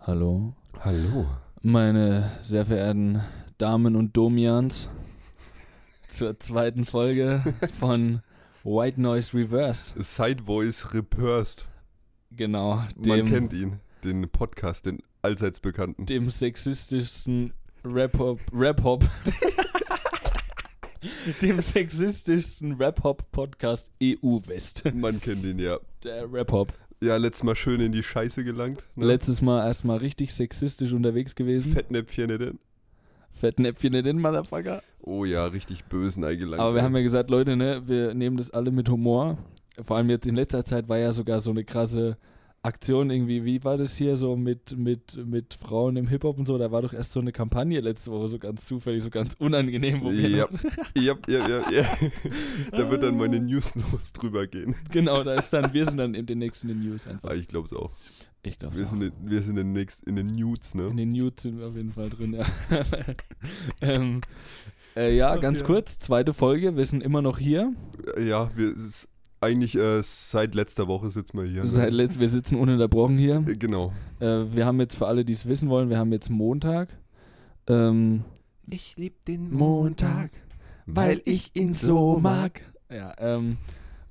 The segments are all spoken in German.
Hallo. Hallo. Meine sehr verehrten Damen und Domians zur zweiten Folge von White Noise Reversed. Sidevoice Repursed. Genau, Man dem, kennt ihn, den Podcast, den allseits bekannten. dem sexistischsten Rap-Hop. Rap-Hop. dem sexistischsten Rap-Hop-Podcast EU-West. Man kennt ihn, ja. Der Rap-Hop. Ja, letztes Mal schön in die Scheiße gelangt. Ne? Letztes Mal erstmal richtig sexistisch unterwegs gewesen. Fettnäpfchen in den. Fettnäpfchen in den Motherfucker. Oh ja, richtig bösen eingelangt. Aber wir haben ja gesagt, Leute, ne, wir nehmen das alle mit Humor. Vor allem jetzt in letzter Zeit war ja sogar so eine krasse Aktion irgendwie. Wie war das hier so mit, mit, mit Frauen im Hip-Hop und so? Da war doch erst so eine Kampagne letzte Woche, so ganz zufällig, so ganz unangenehm. Wo wir ja, ja, ja, ja, ja. Da wird dann meine News los drüber gehen. genau, da ist dann, wir sind dann in den nächsten in den News einfach. Ah, ich glaub's auch. Ich glaube Wir sind, in, wir sind in, nächst, in den Nudes, ne? In den News sind wir auf jeden Fall drin, ja. ähm, äh, ja, Ach, ganz ja. kurz, zweite Folge, wir sind immer noch hier. Ja, wir, es ist eigentlich äh, seit letzter Woche sitzen wir hier. Ne? Seit letzt, wir sitzen ununterbrochen hier. Äh, Genau. Äh, wir haben jetzt für alle, die es wissen wollen, wir haben jetzt Montag. Ähm, Ich lieb den Montag, weil ich ihn so mag. Ja, ähm,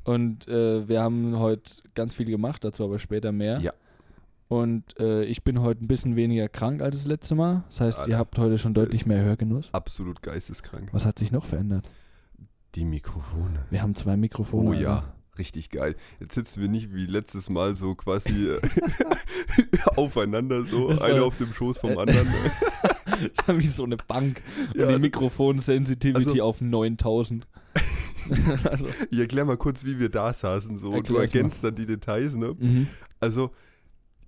und äh, wir haben heute ganz viel gemacht, dazu aber später mehr. Ja. Und äh, ich bin heute ein bisschen weniger krank als das letzte Mal. Das heißt, ihr Alter, habt heute schon deutlich mehr Hörgenuss. Absolut geisteskrank. Was hat sich noch verändert? Die Mikrofone. Wir haben zwei Mikrofone. Oh ja. Alter. Richtig geil. Jetzt sitzen wir nicht wie letztes Mal so quasi äh, aufeinander, so Das war- einer auf dem Schoß vom Äh, anderen. Das ist wie so eine Bank. Und Ja, die Mikrofonsensitivity also- auf 9000. also, Ich erklär mal kurz, wie wir da saßen. So. Und Erklär's du mal. ergänzt dann die Details, ne? mhm. Also,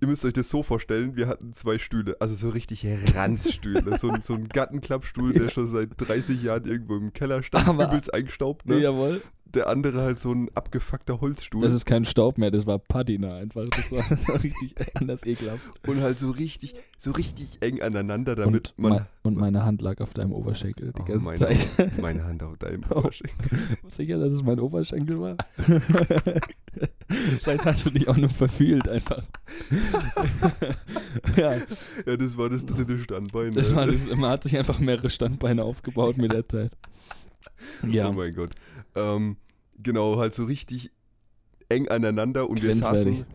ihr müsst euch das so vorstellen, wir hatten zwei Stühle, also so richtig Ranzstühle. so, ein- so ein Gattenklappstuhl, der schon seit 30 Jahren irgendwo im Keller stand, Aber- übelst eingestaubt, ne? Jawohl. Der andere halt so ein abgefuckter Holzstuhl. Das ist kein Staub mehr, das war Patina einfach. Das war, das war richtig anders ekelhaft. und halt so richtig, so richtig eng aneinander, damit und, man. mei- und meine Hand lag auf deinem Oberschenkel die Oh, ganze meine- Zeit. Meine Hand auf deinem Oh. Oberschenkel. Sicher, dass es mein Oberschenkel war? Vielleicht hast du dich auch nur verfühlt einfach. ja, Ja, das war das dritte Standbein. das ne? war das, man hat sich einfach mehrere Standbeine aufgebaut mit der Zeit. Ja, Oh mein Gott. Ähm, genau, halt so richtig eng aneinander und wir Grenzwertig. saßen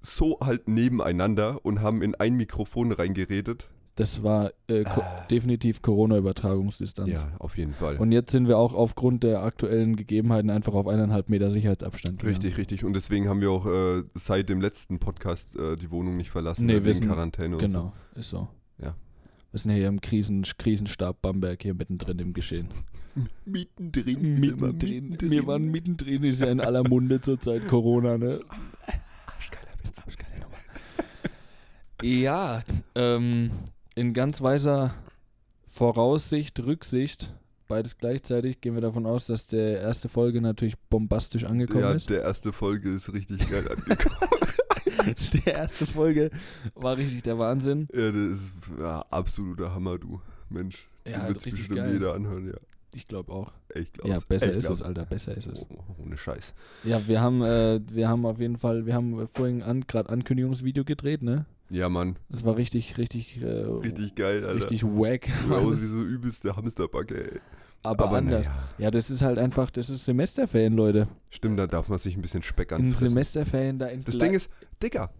so halt nebeneinander und haben in ein Mikrofon reingeredet. das war äh, ko definitiv Corona-Übertragungsdistanz. auf jeden Fall. Und jetzt sind wir auch aufgrund der aktuellen Gegebenheiten einfach auf eineinhalb Meter Sicherheitsabstand. gegangen. richtig, richtig. Und deswegen haben wir auch äh, seit dem letzten Podcast äh, die Wohnung nicht verlassen. ne, Nee, wegen wir sind- Quarantäne und so. Genau, ist so. Ja. Wir sind hier im Krisen Krisenstab Bamberg, hier mittendrin im Geschehen. Mittendrin. sind wir Mittendrin. Wir waren mittendrin, ist ja in aller Munde zurzeit Corona, ne? Arschgeiler Witz. Ja, ähm, in ganz weiser Voraussicht, Rücksicht, beides gleichzeitig, gehen wir davon aus, dass der erste Folge natürlich bombastisch angekommen Ja, ist. der erste Folge ist richtig geil angekommen. Die erste Folge war richtig der Wahnsinn. ja, das ist ja, absoluter Hammer, du. Mensch, Ja, du halt willst richtig bestimmt geil. jeder anhören, ja. Ich glaube auch. Ich glaub's. Ja, besser ich ist glaub's. es, Alter, besser ist es. Oh, ohne Scheiß. Ja, wir haben, äh, wir haben auf jeden Fall, wir haben vorhin an, gerade Ankündigungsvideo gedreht, ne? Ja, Mann. Das war richtig, richtig, äh, Richtig geil, Alter. richtig wack. Sieht aus wie so übelste Hamsterbacke, ey. aber, anders. naja. Ja, das ist halt einfach, das ist Semesterferien, Leute. Stimmt, da darf man sich ein bisschen Speck In anfressen. Semesterferien da in Das Gle- Ding ist, Digga,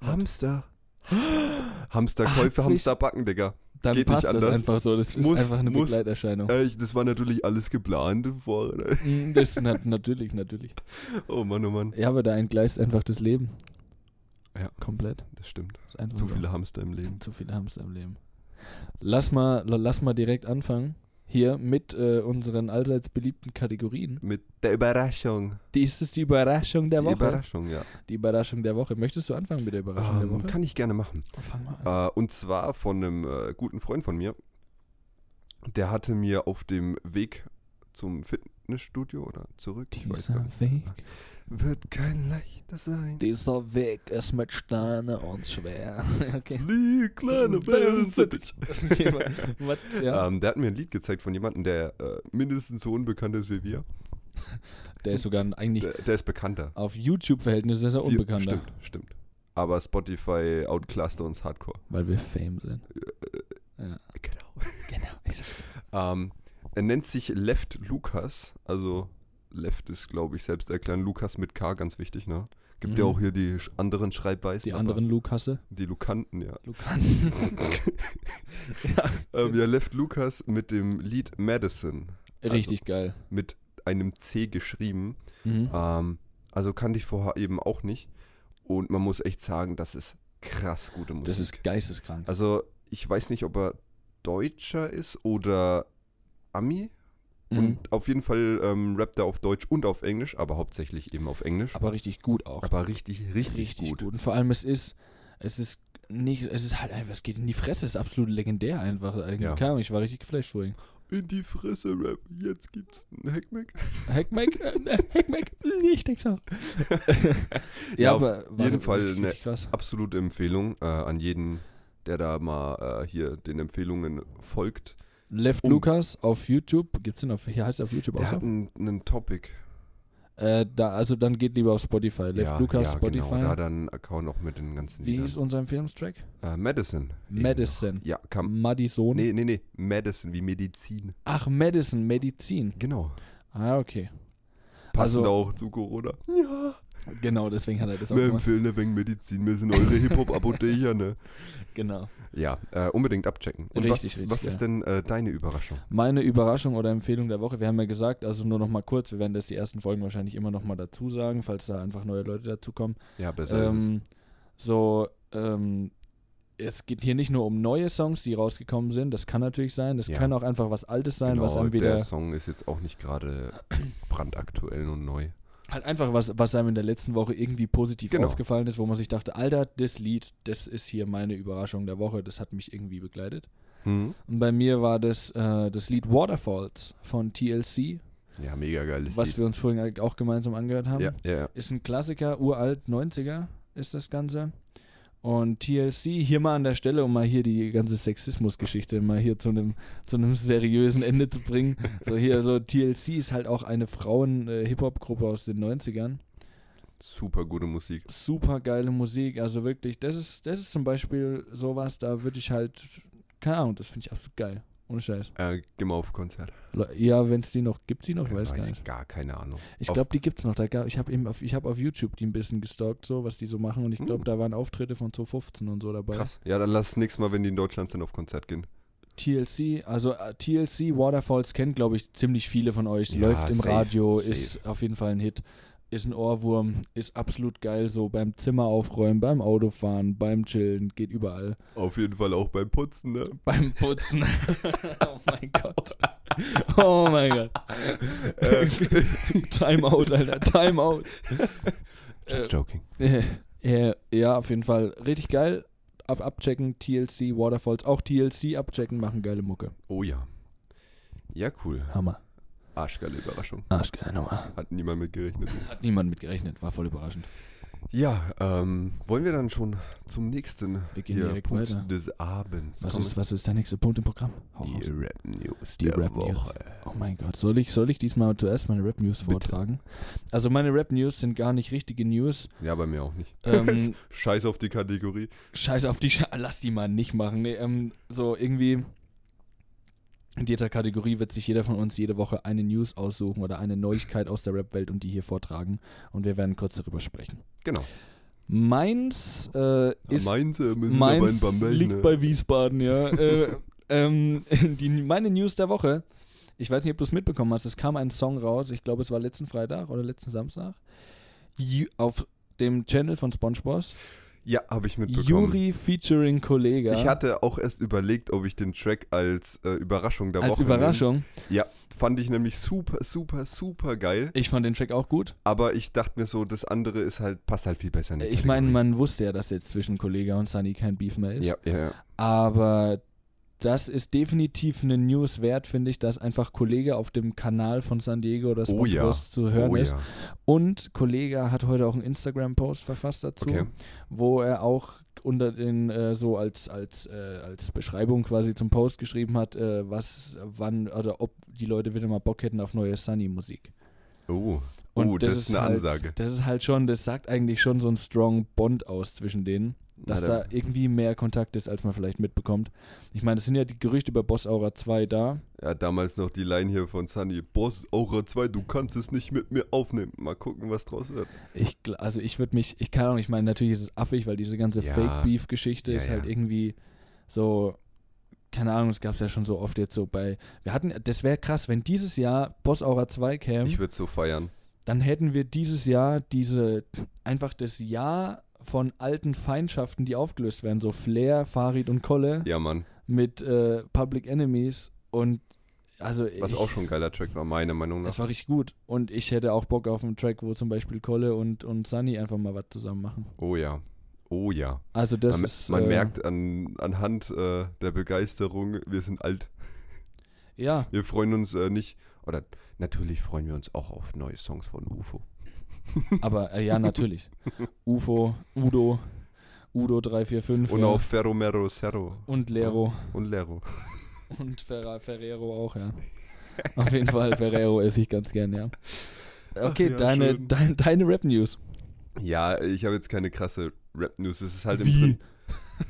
Was? Hamster. Hamster- Hamsterkäufe, Hat sich- Hamsterbacken, Digga. dann geht nicht passt das anders. einfach so. Das ist Muss- einfach eine muss- Begleiterscheinung. Äh, ich, das war natürlich alles geplant. Vor, Mm, das ist nat natürlich, natürlich. Oh Mann, oh Mann. Ja, aber da entgleist einfach das Leben. Ja. Komplett. Das stimmt. Das ist einfach Zu so. viele Hamster im Leben. Zu viele Hamster im Leben. Lass mal, lass mal direkt anfangen. Hier mit äh, unseren allseits beliebten Kategorien. Mit der Überraschung. Dies ist die Überraschung der Die Woche. Überraschung, ja. die Überraschung der Woche. Möchtest du anfangen mit der Überraschung der Ähm, Woche? kann ich gerne machen. Fang mal an. Äh, und zwar von einem äh, guten Freund von mir. Der hatte mir auf dem Weg zum Fitnessstudio oder zurück, ich weiß gar Dieser nicht, Weg. wird kein leichter sein. Dieser Weg ist mit Steine und schwer. okay. Flieg, kleine Bären, Okay, wa- wat, ja. ähm, der hat mir ein Lied gezeigt von jemandem, der äh, mindestens so unbekannt ist wie wir. Der ist sogar ein- eigentlich Der, der ist bekannter. auf YouTube-Verhältnissen ist er Wir- unbekannter. Stimmt, stimmt. Aber Spotify outcluster uns hardcore. Weil wir Fame sind. Ja, Genau. genau. Ich sag's. Ähm, er nennt sich Left Lucas. Also Left ist, glaube ich, selbst erklären. Lukas mit K, ganz wichtig, ne? Gibt ja Mhm. auch hier die sch- anderen Schreibweisen. Die aber anderen Lukasse. Die Lukanten, ja. Lukan. Ähm, ja, Left Lucas mit dem Lied Madison. Richtig geil. Mit einem C geschrieben. Mhm. Ähm, also kannte ich vorher eben auch nicht. Und man muss echt sagen, das ist krass gute Musik. Das ist geisteskrank. also ich weiß nicht, ob er Deutscher ist oder Ami. Mhm. Und auf jeden Fall ähm, rappt er auf Deutsch und auf Englisch, aber hauptsächlich eben auf Englisch. Aber richtig gut auch. Aber richtig, richtig, gut. Und vor allem es ist, es ist nicht, es ist halt einfach, es geht in die Fresse, es ist absolut legendär einfach. Irgendwie. Ja. Keine Ahnung, ich war richtig geflasht vorhin. In die Fresse Rap, jetzt gibt's einen Hackmack. Hackmack, äh, Hackmack, mm, ich denk's auch. ja, Ja, auf aber war jeden Fall ne. richtig, eine- richtig krass. Absolute Empfehlung äh, an jeden, der da mal äh, hier den Empfehlungen folgt. Left Um- Lucas auf YouTube, gibt's den auf, hier heißt er auf YouTube Der auch hat so. einen, einen Topic. Äh, da, also dann geht lieber auf Spotify. Left Ja, Lucas, ja, Spotify. Genau. Da hat er einen Account auch mit den ganzen Wie Liedern. hieß unser Empfehlungstrack? Äh, Madison. Eben. Madison. Ja, kam. Madison. Nee, nee, nee. Madison wie Medizin. Ach, Madison, Medizin. Genau. Ah, okay. Passend Also- auch zu Corona. Ja. Genau, deswegen hat er das auch Wir gemacht. empfehlen eine Menge Medizin. Wir sind eure Hip-Hop-Apotheker, ne? Genau. Ja, äh, unbedingt abchecken. Und was, Richtig, richtig, was ist ja. denn äh, deine Überraschung? Meine Überraschung oder Empfehlung der Woche, wir haben ja gesagt, also nur noch mal kurz, wir werden das die ersten Folgen wahrscheinlich immer noch mal dazu sagen, falls da einfach neue Leute dazukommen. Ja, besser ist Ähm, so, ähm, es geht hier nicht nur um neue Songs, die rausgekommen sind, das kann natürlich sein, das Ja. kann auch einfach was Altes es. sein, was Genau, einem wieder, der Song ist jetzt auch nicht gerade brandaktuell und neu. halt einfach was, was einem in der letzten Woche irgendwie positiv Genau. aufgefallen ist, wo man sich dachte, Alter, das Lied, das ist hier meine Überraschung der Woche, das hat mich irgendwie begleitet. Hm? Und bei mir war das äh, das Lied Waterfalls von TLC, Ja, mega geiles was Lied. wir uns vorhin auch gemeinsam angehört haben. ja, ja, ja. Ist ein Klassiker, uralt, 90er ist das Ganze. Und TLC, hier mal an der Stelle, um mal hier die ganze Sexismusgeschichte mal hier zu einem zu einem seriösen Ende zu bringen. So hier, so TLC ist halt auch eine Frauen-Hip-Hop-Gruppe aus den 90ern. Super gute Musik. Super geile Musik, also wirklich, das ist, das ist zum Beispiel sowas, da würde ich halt, keine Ahnung, das finde ich absolut geil. Ohne Scheiß. Äh, geh mal auf Konzert. Le- Ja, wenn es die noch gibt, die noch, weiß gar ich nicht. gar keine Ahnung. Ich Auf- glaube, die gibt's noch. Da gab, ich habe eben auf, ich hab auf YouTube die ein bisschen gestalkt, so was die so machen und ich glaube, Hm. da waren Auftritte von 2015 und so dabei. Krass. Ja, dann lass nächstes Mal, wenn die in Deutschland sind, auf Konzert gehen. TLC, also äh, TLC Waterfalls kennt, glaube ich, ziemlich viele von euch. Ja, Läuft im safe, Radio, safe. ist auf jeden Fall ein Hit, ist ein Ohrwurm, ist absolut geil, so beim Zimmer aufräumen, beim Autofahren, beim Chillen, geht überall. Auf jeden Fall auch beim Putzen, ne? Beim Putzen. oh mein Gott. Oh mein Gott. Äh, Timeout, Alter. Timeout. Äh, joking. Äh, äh, ja, auf jeden Fall. Richtig geil. Ab abchecken, TLC, Waterfalls. Auch TLC abchecken, machen geile Mucke. Oh ja. Ja, cool. Hammer. Arschgeile Überraschung. Arschgeile Nummer. Hat niemand mitgerechnet. Hat niemand mitgerechnet, war voll überraschend. Ja, ähm, wollen wir dann schon zum nächsten Wir gehen hier, direkt Punkt weiter. des Abends Was kommen? ist, was ist der nächste Punkt im Programm? Hau Die raus. Rap News Die der Rap News. Woche. Oh mein Gott, soll ich, soll ich diesmal zuerst meine Rap News Bitte. vortragen? Also meine Rap News sind gar nicht richtige News. Ja, bei mir auch nicht. Ähm, Scheiß auf die Kategorie. Scheiß auf die, Scha lass die mal nicht machen. Nee, ähm, so irgendwie in jeder Kategorie wird sich jeder von uns jede Woche eine News aussuchen oder eine Neuigkeit aus der Rap-Welt und die hier vortragen und wir werden kurz darüber sprechen. Genau. Meins äh, ist Mainz, äh, wir sind aber in meins Bamberg, liegt ne? bei Wiesbaden, ja. äh, ähm, die, meine News der Woche. Ich weiß nicht, ob du es mitbekommen hast. Es kam ein Song raus. Ich glaube, es war letzten Freitag oder letzten Samstag Ju- auf dem Channel von SpongeBob. Ja, habe ich mitbekommen. Juri featuring Kollega. Ich hatte auch erst überlegt, ob ich den Track als äh, Überraschung der als Woche Überraschung. Nehme. Ja, fand ich nämlich super, super, super geil. Ich fand den Track auch gut. Aber ich dachte mir so, das andere ist halt, passt halt viel besser. in die Ich meine, Kategorie. man wusste ja, dass jetzt zwischen Kollega und Sunny kein Beef mehr ist. Ja, ja, ja. Aber das ist definitiv eine News wert, finde ich, dass einfach Kollege auf dem Kanal von San Diego oder Oh SpongeBob ja. zu hören oh, ist. ja. Und Kollege hat heute auch einen Instagram-Post verfasst dazu, Okay. wo er auch unter den äh, so als als äh, als Beschreibung quasi zum Post geschrieben hat, äh, was wann oder ob die Leute wieder mal Bock hätten auf neue Sunny Musik. Oh. Und Oh, das ist eine halt, Ansage. Das ist halt schon, das sagt eigentlich schon so ein strong Bond aus zwischen denen, dass Na, da- da irgendwie mehr Kontakt ist, als man vielleicht mitbekommt. Ich meine, es sind ja die Gerüchte über Boss Aura 2 da. Ja, damals noch die Line hier von Sunny. Boss, Aura 2, du kannst es nicht mit mir aufnehmen. Mal gucken, was draus wird. Ich, gl- also ich würde mich, ich kann auch, ich meine, natürlich ist es affig, weil diese ganze Ja. Fake-Beef-Geschichte Ja, ist halt ja. irgendwie so, keine Ahnung, es gab es ja schon so oft jetzt so bei, wir hatten, das wäre krass, wenn dieses Jahr Boss Aura 2 käme. Ich würde so feiern. dann hätten wir dieses Jahr diese einfach das Jahr von alten Feindschaften, die aufgelöst werden, so Flair, Farid und Kolle Ja, Mann. mit äh, Public Enemies und also Was ich, auch schon ne? ein geiler Track war, meiner Meinung nach. das war richtig gut und ich hätte auch Bock auf einen Track, wo zum Beispiel Kolle und und Sunny einfach mal was zusammen machen. Oh ja. Oh ja. Also das man ist man äh, merkt an, anhand äh, der Begeisterung, wir sind alt. ja Wir freuen uns äh, nicht. Oder natürlich freuen wir uns auch auf neue Songs von UFO. aber äh, ja natürlich UFO Udo Udo 345 Und ja. auf Ferro Mero Cerro. und Lero Und Lero. Und Ferra, Ferrero auch, ja. Auf jeden Fall, Ferrero esse ich ganz gern, ja. Okay, Ach ja, deine, schön. dein, deine Rap-News. Ja, ich habe jetzt keine krasse Rap-News. Es ist halt im Wie? Prin-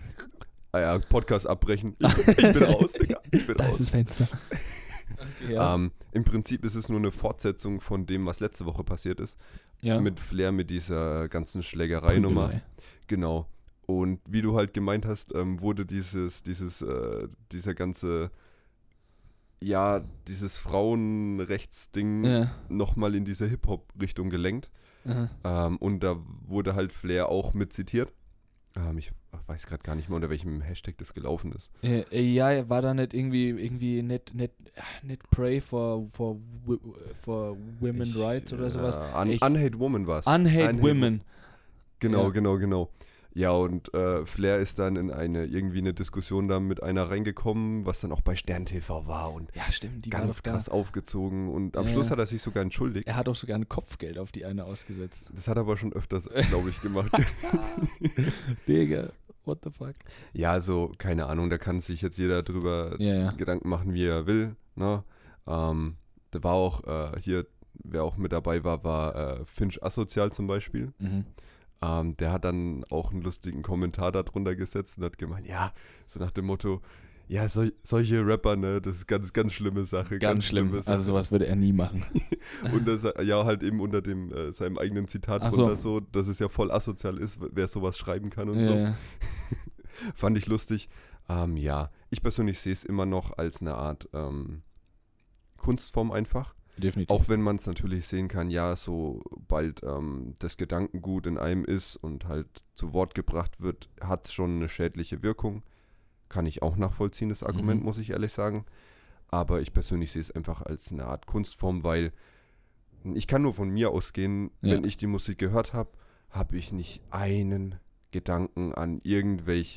Ah ja, Podcast abbrechen. Ich, ich bin raus, Digga. Ich bin Da raus. ist das Fenster. Okay, ja. Ähm, Im Prinzip ist es nur eine Fortsetzung von dem, was letzte Woche passiert ist. ja. Mit Flair, mit dieser ganzen Schlägerei-Nummer. Prügelei. Genau. Und wie du halt gemeint hast, ähm, wurde dieses, dieses, äh, dieser ganze, ja, dieses Frauenrechtsding Ja. nochmal in diese Hip-Hop-Richtung gelenkt. aha. Ähm, und da wurde halt Flair auch mit zitiert. Ähm, ich weiß gerade gar nicht mehr, unter welchem Hashtag das gelaufen ist. Äh, äh, ja, war da nicht irgendwie, irgendwie nicht, nicht, ah, nicht Pray for, for, wi- for Women Ich, Rights oder sowas. Äh, un Ich- Unhate Woman war es. Unhate Unhate Women. Genau, Ja. genau, genau. Ja, und äh, Flair ist dann in eine, irgendwie eine Diskussion da mit einer reingekommen, was dann auch bei Stern TV war und Ja, stimmt, die war ganz doch da. krass aufgezogen. Und am Ja, Schluss ja. hat er sich sogar entschuldigt. Er hat auch sogar ein Kopfgeld auf die eine ausgesetzt. Das hat er aber schon öfters, glaube ich, gemacht. Digga, what the fuck? ja, also, keine Ahnung, da kann sich jetzt jeder drüber Ja, ja. Gedanken machen, wie er will. Ne? Ähm, da war auch äh, hier, wer auch mit dabei war, war äh, Finch Asozial zum Beispiel. Mhm. Ähm, der hat dann auch einen lustigen Kommentar darunter gesetzt und hat gemeint, ja, so nach dem Motto, ja, sol solche Rapper, ne, das ist ganz, ganz schlimme Sache. Ganz schlimm. schlimme Sache. Also sowas würde er nie machen. und das, ja, halt eben unter dem, äh, seinem eigenen Zitat Ach so. drunter so. dass es ja voll asozial ist, wer sowas schreiben kann und Ja, ja. so. Fand ich lustig. Ähm, ja, ich persönlich sehe es immer noch als eine Art ähm, Kunstform einfach. Definitiv. Auch wenn man es natürlich sehen kann, ja, sobald ähm, das Gedankengut in einem ist und halt zu Wort gebracht wird, hat es schon eine schädliche Wirkung. Kann ich auch nachvollziehen, das Argument, Mhm. muss ich ehrlich sagen. Aber ich persönlich sehe es einfach als eine Art Kunstform, weil ich kann nur von mir ausgehen, Ja. wenn ich die Musik gehört habe, habe ich nicht einen Gedanken an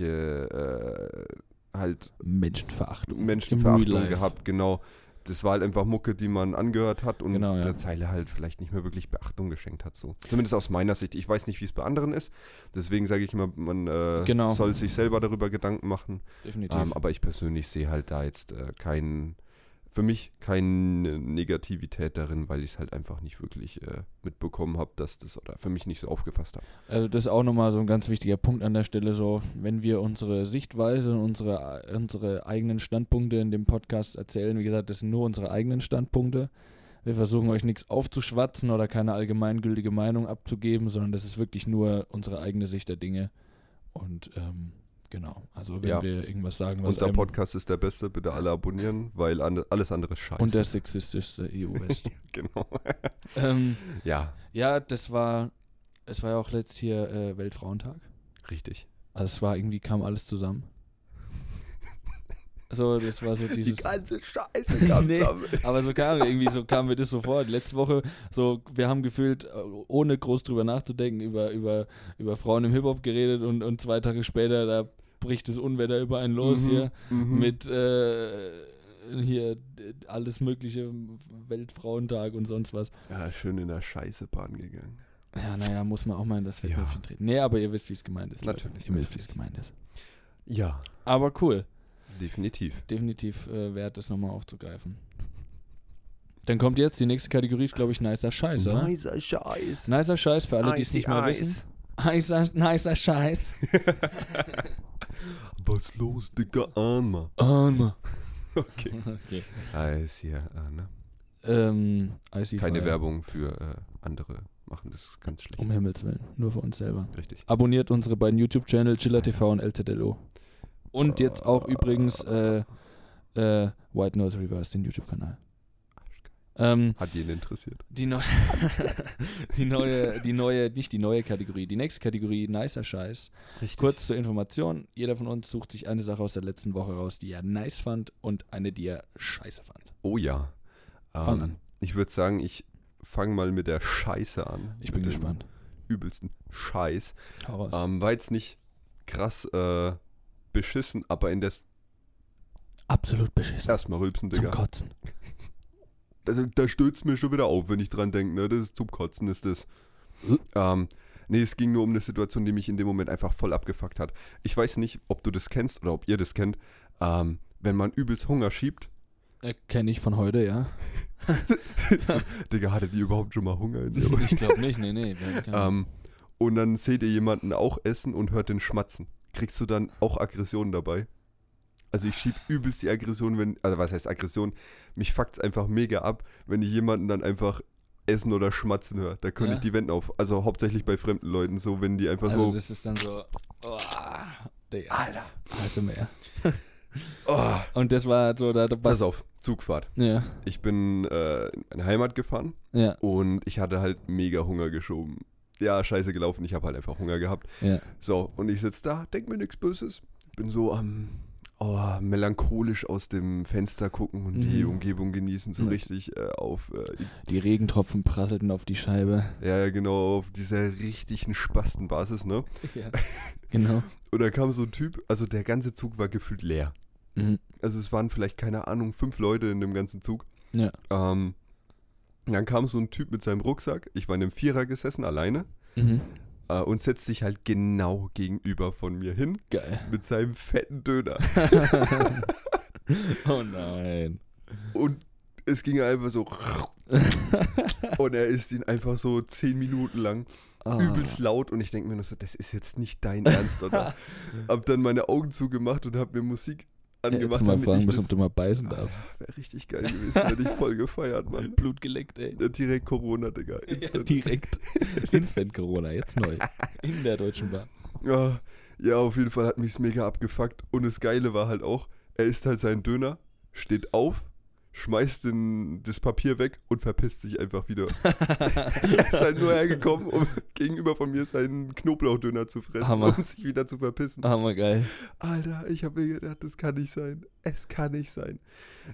irgendwelche äh, halt Menschenverachtung. Im Real Menschenverachtung Life. gehabt, genau. Das war halt einfach Mucke, die man angehört hat und Genau, ja. der Zeile halt vielleicht nicht mehr wirklich Beachtung geschenkt hat. So. Zumindest aus meiner Sicht. Ich weiß nicht, wie es bei anderen ist. Deswegen sage ich immer, man äh, Genau. soll sich selber darüber Gedanken machen. Definitiv. Ähm, aber ich persönlich sehe halt da jetzt äh, keinen, für mich keine Negativität darin, weil ich es halt einfach nicht wirklich äh, mitbekommen habe, dass das oder für mich nicht so aufgefasst habe. also das ist auch nochmal so ein ganz wichtiger Punkt an der Stelle. So, wenn wir unsere Sichtweise und unsere, unsere eigenen Standpunkte in dem Podcast erzählen, wie gesagt, das sind nur unsere eigenen Standpunkte. Wir versuchen euch nichts aufzuschwatzen oder keine allgemeingültige Meinung abzugeben, sondern das ist wirklich nur unsere eigene Sicht der Dinge. Und ähm, genau, also wenn Ja. wir irgendwas sagen, was Unser einem Podcast ist der beste, bitte alle abonnieren, weil an, alles andere ist scheiße. und der sexistischste EU ist. genau. ähm, ja, Ja, das war, es war ja auch letzt hier äh, Weltfrauentag. richtig. Also es war irgendwie, kam alles zusammen. So, das war so dieses. ganze Scheiße kam Nee. zusammen. aber so kam irgendwie, so kam mir das so vor. Letzte Woche, so, wir haben gefühlt, äh, ohne groß drüber nachzudenken, über, über, über Frauen im Hip-Hop geredet und, und zwei Tage später, da bricht das Unwetter über einen los Mhm, hier mhm. mit äh, hier d- alles mögliche Weltfrauentag und sonst was. Ja, schön in der Scheißebahn gegangen. Ja, naja, muss man auch mal in das Ja. Fettnäpfchen treten. Nee, aber ihr wisst, wie es gemeint ist. Leute. Natürlich, Ihr wisst, wie es gemeint ist. Ja, Aber cool. definitiv. Definitiv äh, wert, das nochmal aufzugreifen. Dann kommt jetzt die nächste Kategorie, ist glaube ich nicer Scheiß, oder? Nicer Scheiß. Nicer Scheiß für alle, die es Icy nicht mehr Ice. wissen. Nicer, nicer Scheiß. Was los, Digga? Armer. Arme. Ähm. Okay. Okay. Eis hier, äh, ne? Ähm, Icy Keine Fire. Werbung für äh, andere machen, das ist ganz schlecht. Um Himmels Willen. Nur für uns selber. Richtig. Abonniert unsere beiden YouTube-Channel Chiller TV und LZLO. Und jetzt auch übrigens äh, äh, White Noise Reverse, den YouTube-Kanal. Ähm, Hat jeden interessiert. die, neu die neue, die neue, nicht die neue Kategorie, die nächste Kategorie, nicer Scheiß. Richtig. Kurz zur Information, jeder von uns sucht sich eine Sache aus der letzten Woche raus, die er nice fand und eine, die er scheiße fand. Oh ja. Fang Ähm, an. Ich würde sagen, ich fange mal mit der Scheiße an. Ich bin mit dem gespannt. Ah. Übelsten Scheiß. Hau raus. Ähm, war jetzt nicht krass äh, beschissen, aber in das Absolut beschissen. erstmal rülpsen, Zum Digga. Kotzen. Da, da stürzt mir schon wieder auf, wenn ich dran denke, ne? Das ist zum Kotzen, ist das. ähm, nee, es ging nur um eine Situation, die mich in dem Moment einfach voll abgefuckt hat. Ich weiß nicht, ob du das kennst oder ob ihr das kennt. Ähm, wenn man übelst Hunger schiebt, Äh, Kenne ich von heute, ja. Digga, hatte die überhaupt schon mal Hunger in dir? Ich glaube nicht, nee, nee. wir haben keine- ähm, und dann seht ihr jemanden auch essen und hört den Schmatzen. Kriegst du dann auch Aggression dabei? Also ich schieb übelst die Aggression, wenn, also was heißt Aggression? Mich fuckt's einfach mega ab, wenn ich jemanden dann einfach essen oder schmatzen höre. Da könnte Ja. ich die Wände auf. Also hauptsächlich bei fremden Leuten so, wenn die einfach Also so. das ist dann so, oh, Digga, Alter. weißt du mehr. Oh, Und das war so, da, da pass auf, Zugfahrt. Ja, Ich bin äh, in meine Heimat gefahren ja, und ich hatte halt mega Hunger geschoben. Ja, scheiße gelaufen, ich habe halt einfach Hunger gehabt. ja. So, und ich sitze da, denk mir nichts Böses. Bin so am oh, melancholisch aus dem Fenster gucken und die Mhm. Umgebung genießen, so Ja. richtig äh, auf, äh, Die Regentropfen prasselten auf die Scheibe. ja ja, genau, auf dieser richtigen Spastenbasis, ne? Ja. Genau. Und da kam so ein Typ, also der ganze Zug war gefühlt leer. Mhm. Also es waren vielleicht, keine Ahnung, fünf Leute in dem ganzen Zug. Ja. Ähm, und dann kam so ein Typ mit seinem Rucksack, ich war in einem Vierer gesessen, alleine, Mhm. äh, und setzt sich halt genau gegenüber von mir hin Geil. mit seinem fetten Döner. Oh nein. Und es ging einfach so. und er ist ihn einfach so zehn Minuten lang Ah. übelst laut. Und ich denke mir nur so, das ist jetzt nicht dein Ernst, oder? hab dann meine Augen zugemacht und hab mir Musik Ja, Hättest angemacht. du mal damit fragen ich müssen, das- ob du mal beißen Ah, darfst. Wäre richtig geil gewesen, hätte ich voll gefeiert, Mann. Blut geleckt, ey. Ja, Direkt Corona, Digga. Ja, Instant. direkt. Instant Corona, jetzt neu. In der Deutschen Bahn. Ja, ja, auf jeden Fall hat mich's mega abgefuckt. Und das Geile war halt auch, er isst halt seinen Döner, steht auf, schmeißt den, das Papier weg und verpisst sich einfach wieder. er ist halt nur hergekommen, um gegenüber von mir seinen Knoblauchdöner zu fressen Hammer. und sich wieder zu verpissen. Hammer geil. Alter, ich habe mir gedacht, das kann nicht sein. Es kann nicht sein.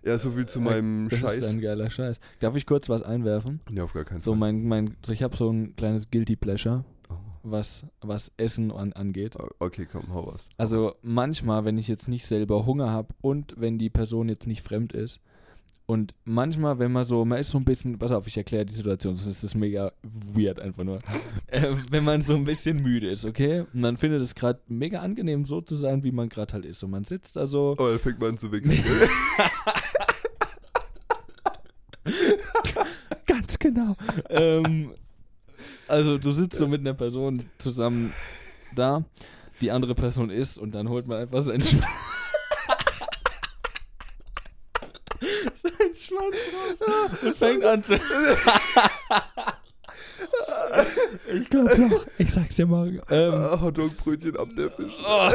Ja, so viel zu meinem Äh, Das Scheiß. ist ein geiler Scheiß. Darf ich kurz was einwerfen? nee, auf gar keinen So mein, mein, so ich habe so ein kleines Guilty Pleasure, Oh. was, was Essen an, angeht. Okay, komm, hau was. Also manchmal, wenn ich jetzt nicht selber Hunger habe und wenn die Person jetzt nicht fremd ist und manchmal, wenn man so, man ist so ein bisschen, pass auf, ich erkläre die Situation, sonst ist das mega weird einfach nur. äh, wenn man so ein bisschen müde ist, okay? Und man findet es gerade mega angenehm, so zu sein, wie man gerade halt ist. Und man sitzt da so. Oh, dann fängt man an zu wichsen. Ganz genau. ähm, also du sitzt so mit einer Person zusammen da, die andere Person isst und dann holt man einfach seinen Schwanz. Sein Schwanz raus und fängt an zu. ich glaube doch. Ich sag's dir morgen. Ähm, Ah, Hotdog-Brötchen ab der Fisch. oh,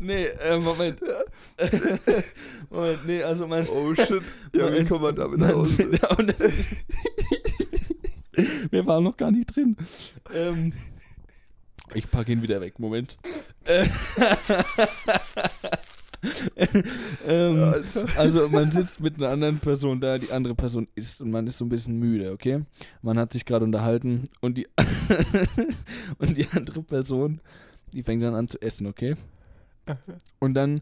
nee, äh, Moment. Moment, nee, also mein. Oh shit. Ja, wie kommt man damit Man aus? sieht auch nicht- Wir waren noch gar nicht drin. Ähm, ich packe ihn wieder weg, Moment. Äh, ähm, Alter. also man sitzt mit einer anderen Person da, die andere Person isst und man ist so ein bisschen müde, okay? Man hat sich gerade unterhalten und die und die andere Person, die fängt dann an zu essen, okay? Und dann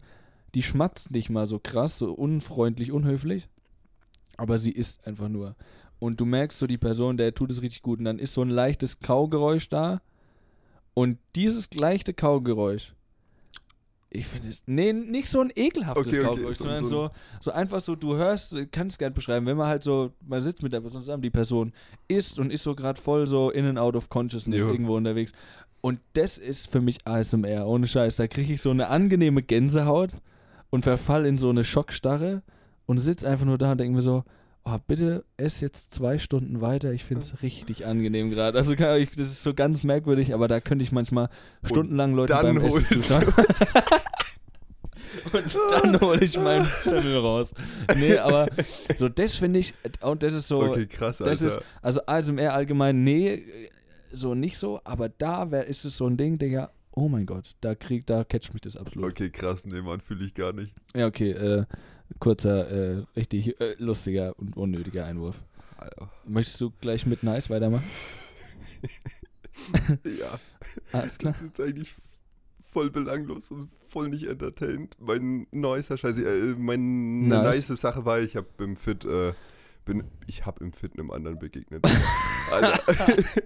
die schmatzt nicht mal so krass, so unfreundlich, unhöflich, aber sie isst einfach nur. Und du merkst so die Person, der tut es richtig gut und dann ist so ein leichtes Kaugeräusch da und dieses leichte Kaugeräusch Ich finde es. Nee, nicht so ein ekelhaftes Okay, okay, Cowboy, so- sondern so so, so einfach so, du hörst, kannst es gerne beschreiben, wenn man halt so, man sitzt mit der Person zusammen, die Person ist und ist so gerade voll so in and out of consciousness Jo. irgendwo unterwegs. Und das ist für mich ASMR, ohne Scheiß. Da kriege ich so eine angenehme Gänsehaut und verfall in so eine Schockstarre und sitz einfach nur da und denke mir so, oh, bitte ess jetzt zwei Stunden weiter. Ich finde es richtig angenehm gerade. Also keine Ahnung, ich- das ist so ganz merkwürdig, aber da könnte ich manchmal stundenlang Leute dann beim Essen holst zuschauen. und dann hole ich meinen Schimmel raus. Nee, aber so das finde ich, und das ist so, Okay, krass, Alter. das ist, also ASMR allgemein, nee, so nicht so, aber da wär, ist es so ein Ding, Digga, oh mein Gott, da krieg, da catcht mich das absolut. okay, krass, nee, Mann, fühle ich gar nicht. Ja, okay, äh, kurzer, äh, richtig äh, lustiger und unnötiger Einwurf. Alter. Möchtest du gleich mit Nice weitermachen? Ja, Alles klar. das ist eigentlich voll belanglos und voll nicht entertained. Mein neuester Scheiße, äh, meine Nice. nice. Sache war, ich habe im Fit, äh, bin, ich habe im Fit einem anderen begegnet. Alter.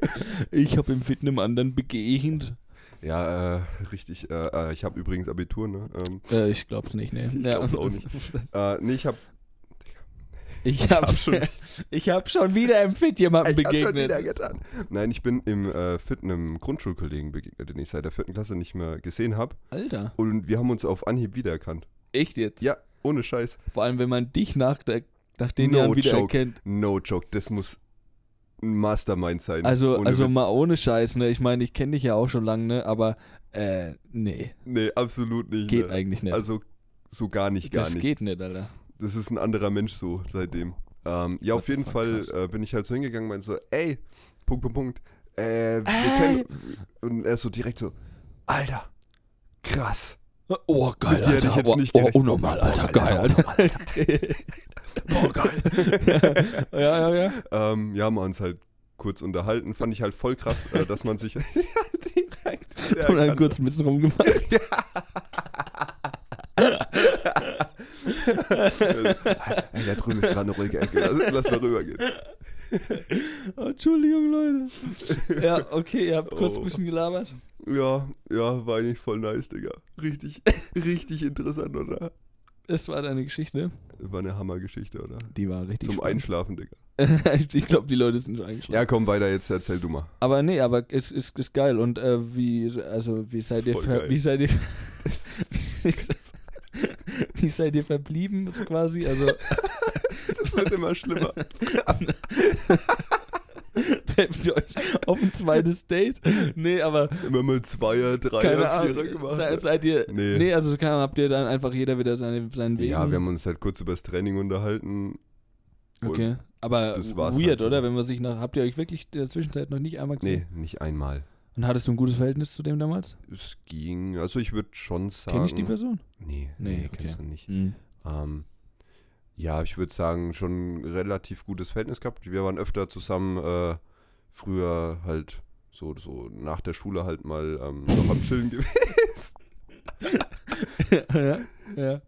Ich habe im Fitten einem anderen begegnet. Ja, äh, richtig. Äh, äh, ich habe übrigens Abitur, ne? Ähm, Äh, ich glaub's nicht, nee. Ich glaub's auch nicht. äh, nee, ich habe Ich hab, hab schon, schon- ich hab schon wieder im Fit jemandem Ich hab's schon wieder begegnet. getan. Nein, ich bin im äh, Fitten einem Grundschulkollegen begegnet, den ich seit der vierten Klasse nicht mehr gesehen habe. Alter, Und wir haben uns auf Anhieb wiedererkannt. echt jetzt? Ja, ohne Scheiß. Vor allem, wenn man dich nach, der, nach den No Jahren wieder joke. erkennt. No joke, das muss ein Mastermind sein. Also, Ohne also Witz. mal ohne Scheiß, ne? Ich meine, ich kenne dich ja auch schon lange, ne? Aber, äh, nee, Nee, absolut nicht. geht ne. eigentlich nicht. Also, so gar nicht, gar das nicht. geht nicht, Alter. Das ist ein anderer Mensch so seitdem. Ähm, ja, What auf the jeden fuck, Fall krass. äh, bin ich halt so hingegangen und meinte so, ey, Punkt, Punkt, Punkt. Äh, wir Ey. kennen. Äh. Und er ist so direkt so, Alter, krass. Oh, geil, Mit dir hätte ich Alter. jetzt Boah, nicht oh, gerechnet. unnormal, Alter, geil, Alter. Boah, geil. ja, ja, ja. Ähm, ja, haben wir uns halt kurz unterhalten. Fand ich halt voll krass, äh, dass man sich. ja, direkt. wieder Und dann erkannt. kurz ein bisschen rumgemacht. Ey, Also, da drüben ist gerade eine ruhige Ecke. Lass, lass mal rübergehen. Oh, Entschuldigung, Leute. Ja, okay, ihr habt kurz Oh. ein bisschen gelabert. Ja, ja, war eigentlich voll nice, Digga. Richtig, richtig interessant, oder? Das war deine Geschichte. War eine Hammergeschichte, oder? Die war richtig Zum spannend. Einschlafen, Digga. ich glaube, die Leute sind schon eingeschlafen. Ja, komm weiter, jetzt erzähl du mal. Aber nee, aber es ist, ist, geil. Und äh, wie, also, wie seid ihr, Voll ver geil. wie seid ihr, wie seid ihr verblieben, so quasi? Also, Das wird immer schlimmer. trefft ihr euch auf ein zweites Date? Nee, aber Immer mal Zweier, keine Dreier, Vierer Ahnung. gemacht. Seid, seid ihr, nee. Nee. also, keine Ahnung, habt ihr dann einfach jeder wieder seine, seinen Weg? ja, wir haben uns halt kurz über das Training unterhalten. Und- Okay. Aber Das war's weird, halt so. oder? Wenn man sich nach, habt ihr euch wirklich in der Zwischenzeit noch nicht einmal gesehen? Nee, nicht einmal. Und hattest du ein gutes Verhältnis zu dem damals? Es ging, also ich würde schon sagen. Kenn ich die Person? Nee, Nee, nee, okay. kennst du nicht. Mhm. Ähm, ja, ich würde sagen, schon ein relativ gutes Verhältnis gehabt. Wir waren öfter zusammen, äh, früher halt so, so nach der Schule halt mal ähm, noch am Chillen gewesen. ja, ja.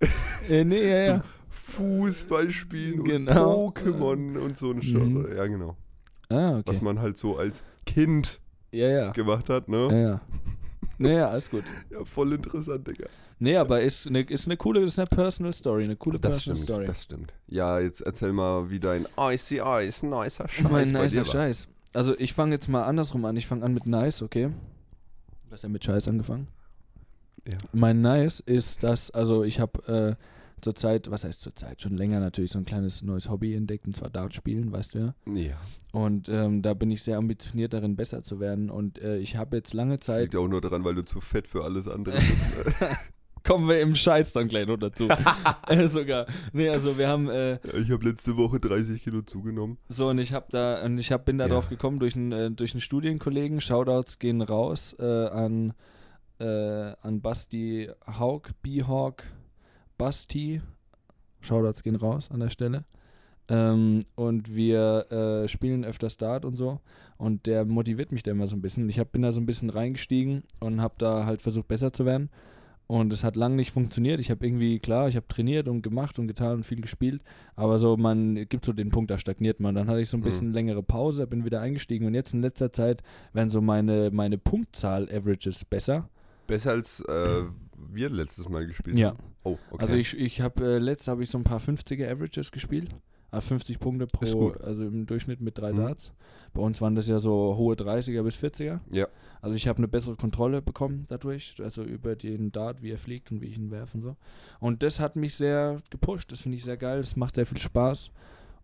Äh, nee, ja, ja. Fußball spielen Genau. und Pokémon und so ein Mhm. Shit. Ja, genau. Ah, okay. Was man halt so als Kind Ja, ja. gemacht hat, Ja, ne? ja. Naja, alles gut. Ja, voll interessant, Digga. Nee, aber ist eine, ist eine coole, ist eine Personal Story, eine coole Das Personal stimmt, Story. das stimmt. Ja, jetzt erzähl mal, wie dein Icy Ice, nicer Scheiß mein bei dir nicer war. Scheiß. Also ich fange jetzt mal andersrum an. Ich fange an mit nice, okay? Du hast ja mit Scheiß angefangen. Ja. Mein nice ist, dass, also ich habe äh, zurzeit, was heißt zurzeit, schon länger natürlich so ein kleines neues Hobby entdeckt, und zwar Dart spielen, weißt du ja. Ja, Und ähm, da bin ich sehr ambitioniert darin, besser zu werden. Und äh, ich habe jetzt lange das Zeit liegt auch nur daran, weil du zu fett für alles andere bist. kommen wir im Scheiß dann gleich noch dazu. äh, sogar. Nee, also wir haben äh, Ja, Ich habe letzte Woche 30 Kilo zugenommen. so und ich habe da und ich hab, bin da Ja. drauf gekommen durch einen äh, durch einen Studienkollegen. Shoutouts gehen raus äh, an äh, an Basti Haug, B-Hawk, Basti. Shoutouts gehen raus an der Stelle. Ähm, und wir äh, spielen öfters Dart und so. Und der motiviert mich da immer so ein bisschen. Und Ich hab, bin da so ein bisschen reingestiegen und habe da halt versucht, besser zu werden. Und es hat lange nicht funktioniert. Ich habe irgendwie, klar, ich habe trainiert und gemacht und getan und viel gespielt. Aber so, man gibt so den Punkt, da stagniert man. Dann hatte ich so ein Mhm. bisschen längere Pause, bin wieder eingestiegen. Und jetzt in letzter Zeit werden so meine, meine Punktzahl-Averages besser. Besser als äh, wir letztes Mal gespielt Ja. haben? Oh, okay. Also ich, ich habe äh, letztes habe ich so ein paar 50er Averages gespielt. Also 50 Punkte Ist pro, gut. also im Durchschnitt mit drei Mhm. Darts. Bei uns waren das ja so hohe 30er bis 40er. Ja. Also ich habe eine bessere Kontrolle bekommen dadurch, also über den Dart, wie er fliegt und wie ich ihn werfe und so. Und das hat mich sehr gepusht. Das finde ich sehr geil. Das macht sehr viel Spaß.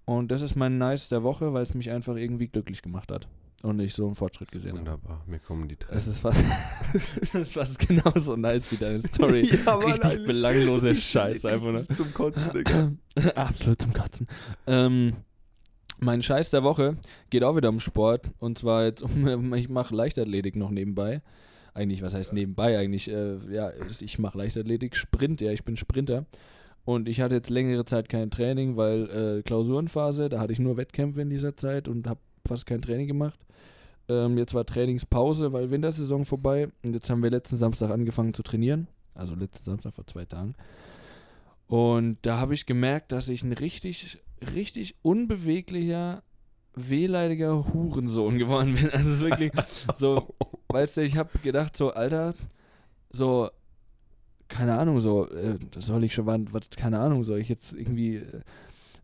Und das ist mein Nice der Woche, weil es mich einfach irgendwie glücklich gemacht hat. Und ich so einen Fortschritt gesehen habe. Wunderbar, mir kommen die Tränen. Es ist fast, es ist fast genauso nice wie deine Story. Ja, Mann, Richtig eigentlich. belangloser Scheiß einfach, ne? Zum Kotzen, Digga. Absolut zum Kotzen. Ähm, mein Scheiß der Woche geht auch wieder um Sport. Und zwar jetzt, um, ich mache Leichtathletik noch nebenbei. Eigentlich, was heißt nebenbei eigentlich? Äh, ja, ist- ich mache Leichtathletik, Sprint, ja, ich bin Sprinter. Und ich hatte jetzt längere Zeit kein Training, weil äh, Klausurenphase, da hatte ich nur Wettkämpfe in dieser Zeit und habe fast kein Training gemacht. Ähm, jetzt war Trainingspause, weil Wintersaison vorbei. Und jetzt haben wir letzten Samstag angefangen zu trainieren. Also letzten Samstag vor zwei Tagen. Und da habe ich gemerkt, dass ich ein richtig, richtig unbeweglicher, wehleidiger Hurensohn geworden bin. Also es ist wirklich so, weißt du, ich habe gedacht, so, Alter, so, keine Ahnung, so, äh, soll ich schon, wann- was, keine Ahnung, soll ich jetzt irgendwie, äh,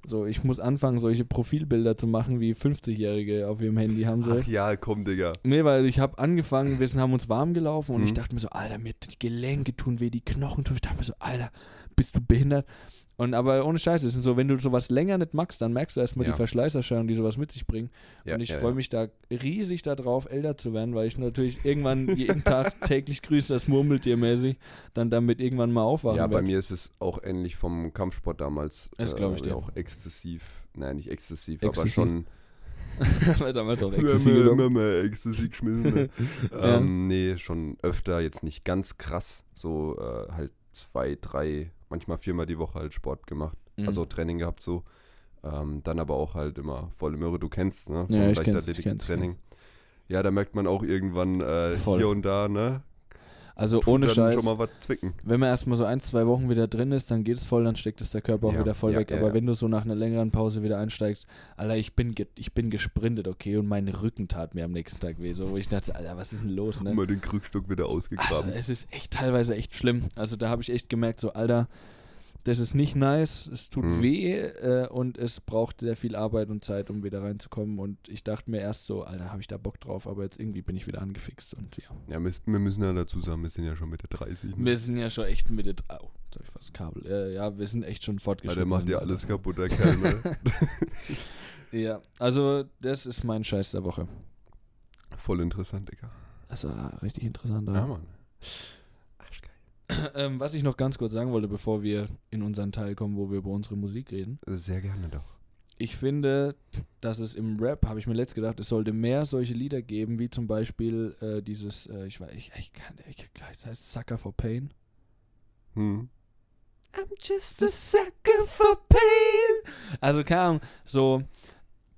so, ich muss anfangen, solche Profilbilder zu machen, wie 50-Jährige auf ihrem Handy haben soll. Ach ja, komm, Digga. Nee, weil ich habe angefangen, wir sind, haben uns warm gelaufen und ich Mhm. dachte mir so, Alter, mir die Gelenke tun weh, die Knochen tun weh. Ich dachte mir so, Alter, bist du behindert? Und aber ohne Scheiße, es sind so, wenn du sowas länger nicht magst, dann merkst du erstmal Ja. die Verschleißerscheinungen, die sowas mit sich bringen. Ja, und ich ja, freue ja. mich da riesig darauf, älter zu werden, weil ich natürlich irgendwann jeden Tag täglich grüße, das Murmeltier mäßig, dann damit irgendwann mal aufwachen Ja, bei werd. mir ist es auch ähnlich vom Kampfsport damals. äh, Das glaub ich dir. Auch exzessiv. Nein, nicht exzessiv, aber Exzessiv. schon. Weil damals auch Ecstasy Ecstasy, genommen. Ecstasy geschmissen. Ne? ähm, nee, schon öfter, jetzt nicht ganz krass. So äh, halt zwei, drei, manchmal viermal die Woche halt Sport gemacht. Mhm. Also Training gehabt so. Ähm, dann aber auch halt immer volle Möhre, du kennst, ne? Ja, Vom ich kenn's, ich kenn's, ich Leichtathletik-Training. Ja, da merkt man auch irgendwann äh, Voll. hier und da, ne? also Tut ohne dann Scheiß. schon mal was zwicken. wenn man erstmal so ein, zwei Wochen wieder drin ist, dann geht es voll, dann steckt es der Körper auch Ja, wieder voll ja, weg. ja, Aber ja. wenn du so nach einer längeren Pause wieder einsteigst, Alter, ich bin, ge ich bin gesprintet, okay, und mein Rücken tat mir am nächsten Tag weh, so, wo ich dachte, Alter, was ist denn los, ne? Immer den Krückstock wieder Also, ausgegraben. es ist echt teilweise echt schlimm. Also, da habe ich echt gemerkt, so, Alter, das ist nicht nice, es tut Mhm. weh äh, und es braucht sehr viel Arbeit und Zeit, um wieder reinzukommen. Und ich dachte mir erst so, Alter, habe ich da Bock drauf, aber jetzt irgendwie bin ich wieder angefixt und ja. ja, wir, wir müssen ja dazu sagen, wir sind ja schon Mitte 30. Ne? Wir sind ja schon echt Mitte. dr- Au, jetzt hab ich fast Kabel. Äh, ja, wir sind echt schon Weil fortgeschritten. der macht ja alles kaputt, der Kerl, ne? Ja, also das ist mein Scheiß der Woche. Voll interessant, Digga. Das war richtig interessant. Ja, oder? Mann. ähm, was ich noch ganz kurz sagen wollte, bevor wir in unseren Teil kommen, wo wir über unsere Musik reden. Sehr gerne doch. Ich finde, dass es im Rap, habe ich mir letzt gedacht, es sollte mehr solche Lieder geben, wie zum Beispiel äh, dieses, äh, ich weiß, ich, ich kann, ich, klar, es heißt Sucker for Pain. Hm. I'm just a sucker for pain. Also, keine Ahnung, so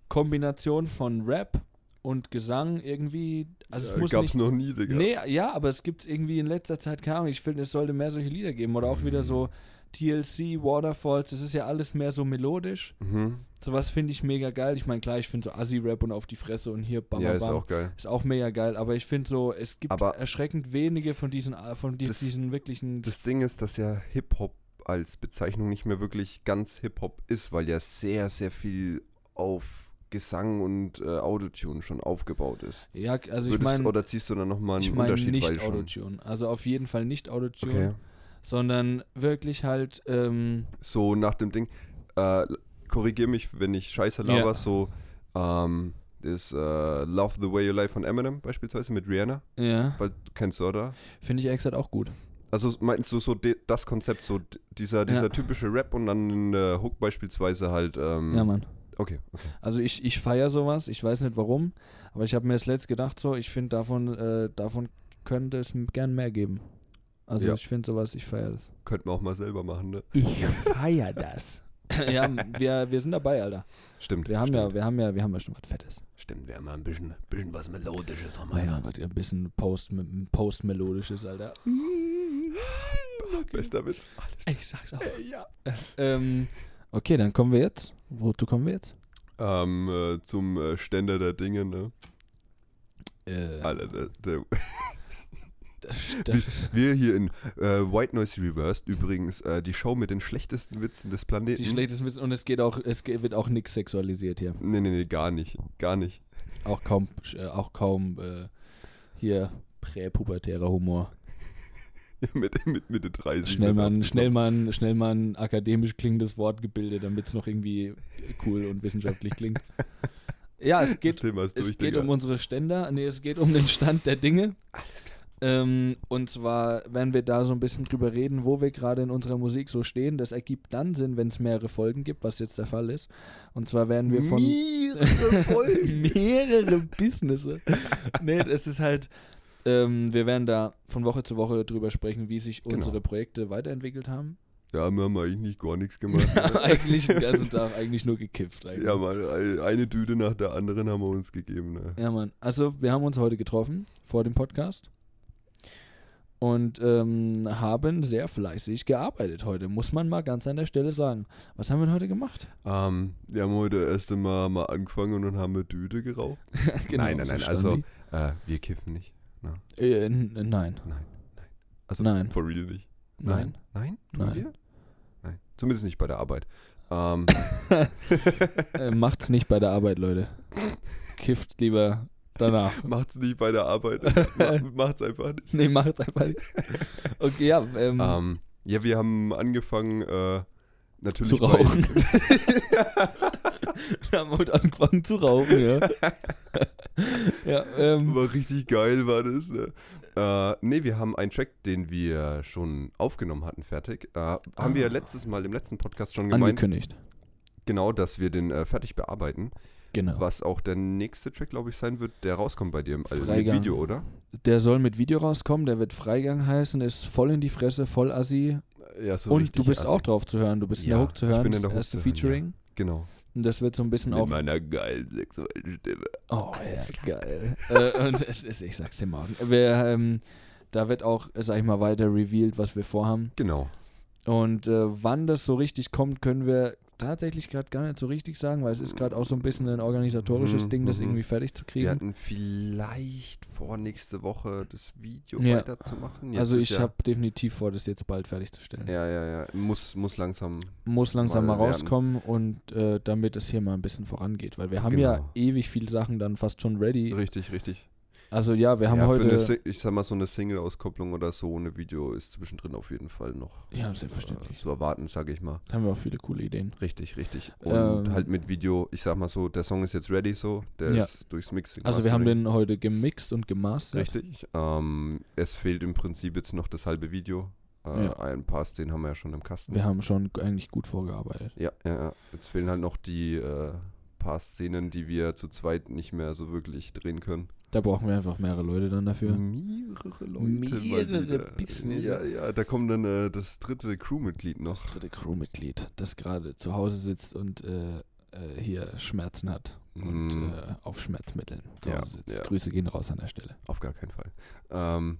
Kombination von Rap und Gesang irgendwie. Also, es Äh, muss gab's nicht. noch nie, Digga. Nee, ja, aber es gibt irgendwie in letzter Zeit, keine Ahnung, ich finde, es sollte mehr solche Lieder geben. Oder auch wieder so TLC, Waterfalls, das ist ja alles mehr so melodisch. Mhm. Sowas finde ich mega geil. Ich meine, klar, ich finde so Assi-Rap und auf die Fresse und hier bam, Ja, bam, ist bam. auch geil. Ist auch mega geil, aber ich finde so, es gibt Aber- erschreckend wenige von diesen, äh, von die, Das- diesen wirklichen. Das Ding ist, dass ja Hip-Hop als Bezeichnung nicht mehr wirklich ganz Hip-Hop ist, weil ja sehr, sehr viel auf Gesang und äh, Autotune schon aufgebaut ist. ja, also ich Würdest- meine. oder ziehst du dann nochmal einen Ich meine Unterschied? weil nicht schon- Autotune. Also auf jeden Fall nicht Autotune, Okay. sondern wirklich halt, ähm, So nach dem Ding, äh, korrigier mich, wenn ich scheiße Ja. laber, so ähm, ist äh, Love the Way You Lie von Eminem beispielsweise mit Rihanna, ja, weil du kennst du, oder? finde ich ehrlich gesagt auch gut. Also meinst du so de- das Konzept, so d- dieser, dieser Ja. typische Rap und dann in der Hook beispielsweise halt. Ähm, Ja, Mann. Okay, okay. Also ich, ich feiere sowas, ich weiß nicht warum, aber ich habe mir das letzt gedacht so, ich finde davon, äh, davon könnte es m- gern mehr geben. Also Ja. ich finde sowas, ich feiere das. Könnten wir auch mal selber machen, ne? Ich feiere das. ja, wir, wir sind dabei, Alter. Stimmt. Wir haben stimmt. ja, wir haben ja, wir haben ja schon was Fettes. Stimmt, wir haben mal ein bisschen, bisschen was Melodisches haben Ja, was ein bisschen Post, postmelodisches, Alter. Bester Witz. Alles Ich sag's auch. ja. Ähm, okay, dann kommen wir jetzt. Wozu kommen wir jetzt? Ähm, äh, zum Ah, äh, Ständer der Dinge, ne? Alter, der, der Das, Wir, das, wir hier in äh, White Noise Reversed übrigens äh, die Show mit den schlechtesten Witzen des Planeten. die schlechtesten Wissen. Und es geht auch, es ge- wird auch nichts sexualisiert hier. nee, nee, nee, gar nicht. Gar nicht. Auch kaum, äh, auch kaum äh, hier präpubertärer Humor. mit, mit Mitte 30. Schnell mal, ein- Das schnell, mal, ein- schnell mal ein akademisch klingendes Wort gebildet, damit es noch irgendwie cool und wissenschaftlich klingt. Ja, es geht, Thema ist es durch, geht Digga. um unsere Ständer, nee, es geht um den Stand der Dinge. Ähm, und zwar werden wir da so ein bisschen drüber reden, wo wir gerade in unserer Musik so stehen. Das ergibt dann Sinn, wenn es mehrere Folgen gibt, was jetzt der Fall ist. Und zwar werden wir von Mehrere Folgen. mehrere Businesses. nee, es ist halt, ähm, wir werden da von Woche zu Woche drüber sprechen, wie sich Genau. unsere Projekte weiterentwickelt haben. ja, wir haben eigentlich nicht gar nichts gemacht. ne? eigentlich den ganzen Tag eigentlich nur gekifft. Eigentlich. ja, mal ein- eine Düde nach der anderen haben wir uns gegeben. Ne? Ja, Mann. Also, wir haben uns heute getroffen vor dem Podcast und ähm, haben sehr fleißig gearbeitet heute, muss man mal ganz an der Stelle sagen. Was haben wir denn heute gemacht? Ähm, wir haben heute erst einmal mal angefangen und dann haben wir Düde geraucht. nein, nein, so nein, stand also äh, wir kiffen nicht. die. Äh, n- n- nein, Nein. Also, nein, For real nicht. nein. Nein? Tun Nein. wir? Nein. Zumindest nicht bei der Arbeit. Ähm, Äh, macht's nicht bei der Arbeit, Leute. Kifft lieber danach. macht's nicht bei der Arbeit. Ma- macht's einfach nicht. nee, macht einfach nicht. Okay, ja, ähm, Ähm, ja, wir haben angefangen, äh, natürlich zu bei- rauchen. wir haben heute angefangen zu rauchen, ja. ja, ähm, War richtig geil, war das. Ne? Äh, nee, wir haben einen Track, den wir schon aufgenommen hatten, fertig. Äh, haben wir letztes Mal im letzten Podcast schon gemeint, Ah. angekündigt. genau, dass wir den äh, fertig bearbeiten. Genau. Was auch der nächste Track, glaube ich, sein wird, der rauskommt bei dir im also mit Freigang. Video, oder? Der soll mit Video rauskommen, der wird Freigang heißen, ist voll in die Fresse, voll assi. Ja, so und richtig also du bist assi. auch drauf zu hören, du bist in Ja, der Hook zu ich hören, bin in das der Hook erste zu hören, ja. Featuring. Genau. Und das wird so ein bisschen auch. Mit meiner geilen sexuellen Stimme. Oh ja, geil. äh, und es ist, ich sag's dir morgen. Wir, ähm, da wird auch, sag ich mal, weiter revealed, was wir vorhaben. Genau. Und äh, wann das so richtig kommt, können wir tatsächlich gerade gar nicht so richtig sagen, weil es ist gerade auch so ein bisschen ein organisatorisches Mhm, Ding, das mhm. irgendwie fertig zu Wir kriegen. hatten vielleicht vor, nächste Woche das Video Ja. weiterzumachen. Jetzt also ist ich ja, habe definitiv vor, das jetzt bald fertigzustellen. Ja, ja, ja. Muss, muss langsam. muss langsam Mal mal, werden. rauskommen und äh, damit es hier mal ein bisschen vorangeht, weil wir haben ja Genau. ewig viele Sachen dann fast schon ready. Richtig, richtig. Also ja, wir haben ja, Für eine, heute Si- ich sag mal, so eine Single-Auskopplung oder so ohne Video ist zwischendrin auf jeden Fall noch Ja, selbstverständlich. äh, zu erwarten, sage ich mal. haben wir auch viele coole Ideen. Richtig, richtig. Und Ähm. halt mit Video, ich sag mal so, der Song ist jetzt ready so, der Ja. ist durchs Mixing. Also wir haben Mastering. den heute gemixt und gemastert. Richtig. Ähm, es fehlt im Prinzip jetzt noch das halbe Video. Äh, Ja. Ein paar Szenen haben wir ja schon im Kasten. Wir haben schon g- eigentlich gut vorgearbeitet. Ja, ja, ja. Jetzt fehlen halt noch die äh, paar Szenen, die wir zu zweit nicht mehr so wirklich drehen können. Da brauchen wir einfach mehrere Leute dann dafür. Mehrere Leute. Mehrere mal wieder. Business. Ja, ja, da kommt dann äh, das dritte Crewmitglied Das noch. dritte Crewmitglied, das gerade zu Hause sitzt und äh, äh, hier Schmerzen hat und Mm. äh, auf Schmerzmitteln zu Ja, Hause sitzt. ja. Grüße gehen raus an der Stelle. Auf gar keinen Fall. Ähm,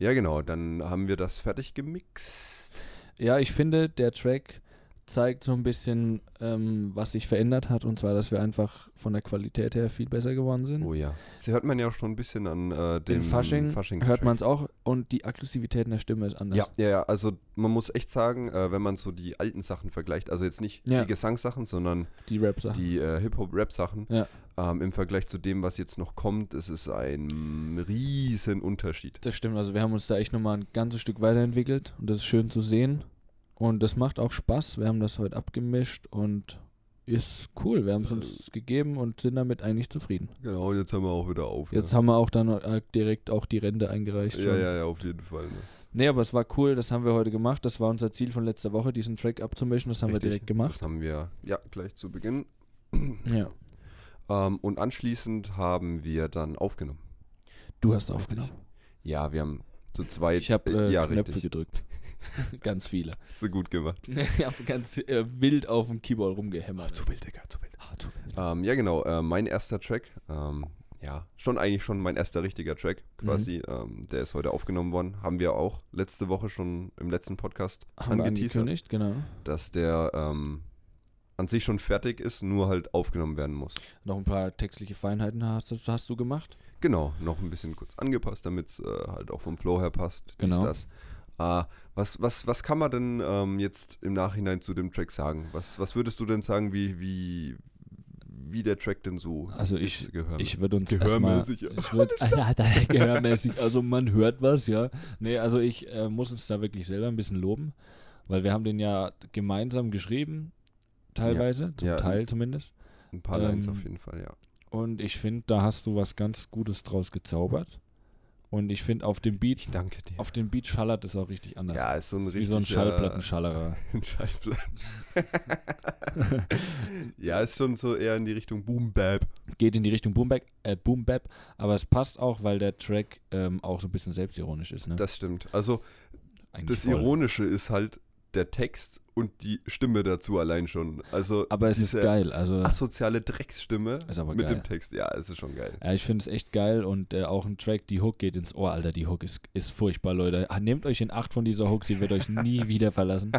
ja, genau. Dann haben wir das fertig gemixt. Ja, ich finde, der Track zeigt so ein bisschen, ähm, was sich verändert hat. Und zwar, dass wir einfach von der Qualität her viel besser geworden sind. Oh ja. Das hört man ja auch schon ein bisschen an äh, dem Mhm. Den Fasching Faschingstrack. hört man es auch. Und die Aggressivität in der Stimme ist anders. Ja, ja, ja, also man muss echt sagen, äh, wenn man so die alten Sachen vergleicht, also jetzt nicht Ja. die Gesangssachen, sondern Die Rap-Sachen. die äh, Hip-Hop-Rap-Sachen, Ja. ähm, im Vergleich zu dem, was jetzt noch kommt, es ist ein riesen Unterschied. Das stimmt. Also, wir haben uns da echt nochmal ein ganzes Stück weiterentwickelt. Und das ist schön zu sehen. Und das macht auch Spaß. Wir haben das heute abgemischt und ist cool. Wir haben es Äh. uns gegeben und sind damit eigentlich zufrieden. Genau, jetzt haben wir auch wieder auf. Jetzt haben wir auch dann äh, direkt auch die Rente eingereicht. ja, schon. ja, ja, auf jeden Fall. Ne. Nee, aber es war cool, das haben wir heute gemacht. Das war unser Ziel von letzter Woche, diesen Track abzumischen. Das haben wir Richtig. direkt gemacht. Das haben wir, ja, gleich zu Beginn. Ja. Ähm, und anschließend haben wir dann aufgenommen. Du hast aufgenommen. Ja, wir haben zu zweit. Ich habe äh, ja, Knöpfe richtig. gedrückt. ganz viele. Hast du gut gemacht. ich habe ganz äh, wild auf dem Keyboard rumgehämmert. wild, Digga, zu wild. Ah, zu wild. Ähm, ja, genau. Äh, mein erster Track. Ähm, ja, schon eigentlich schon mein erster richtiger Track Mhm. quasi. Ähm, der ist heute aufgenommen worden. Haben wir auch letzte Woche schon im letzten Podcast Haben wir angeteasert, angekündigt, genau. dass der ähm, an sich schon fertig ist, nur halt aufgenommen werden muss. Noch ein paar textliche Feinheiten hast, du- hast du gemacht. Genau, noch ein bisschen kurz angepasst, damit es äh, halt auch vom Flow her passt. dies, Genau. Das. Äh, was, was, was kann man denn ähm, jetzt im Nachhinein zu dem Track sagen? Was, was würdest du denn sagen, wie, wie, wie der Track denn so Also ich, ist gehört? ich würde uns Gehörmäßig, erstmal, ja. ich würd, ja, da, gehörmäßig, also man hört was, ja. Nee, also ich äh, muss uns da wirklich selber ein bisschen loben, weil wir haben den ja gemeinsam geschrieben, teilweise, zum Ja. Teil zumindest. ein paar Lines ähm, auf jeden Fall, ja. Und ich finde, da hast du was ganz Gutes draus gezaubert. Und ich finde, auf dem Beat, Ich danke dir. auf dem Beat schallert es auch richtig anders. ja, ist so ein Ist richtiger... wie so ein Schallplattenschallerer. Ein Schallplatten. ja, ist schon so eher in die Richtung Boom Bap. Geht in die Richtung Boom, Back, äh, Boom Bap, aber es passt auch, weil der Track ähm, auch so ein bisschen selbstironisch ist. Ne? Das stimmt. Also Eigentlich das voll. Ironische ist halt der Text und die Stimme dazu allein schon. Also Aber es ist diese geil. Also, asoziale Drecksstimme Ist aber mit geil. dem Text. Ja, es ist schon geil. Ja, ich finde es echt geil und äh, auch ein Track, die Hook geht ins Ohr, Alter, die Hook ist, ist furchtbar, Leute. Ah, Nehmt euch in Acht von dieser Hook, sie wird euch nie wieder verlassen.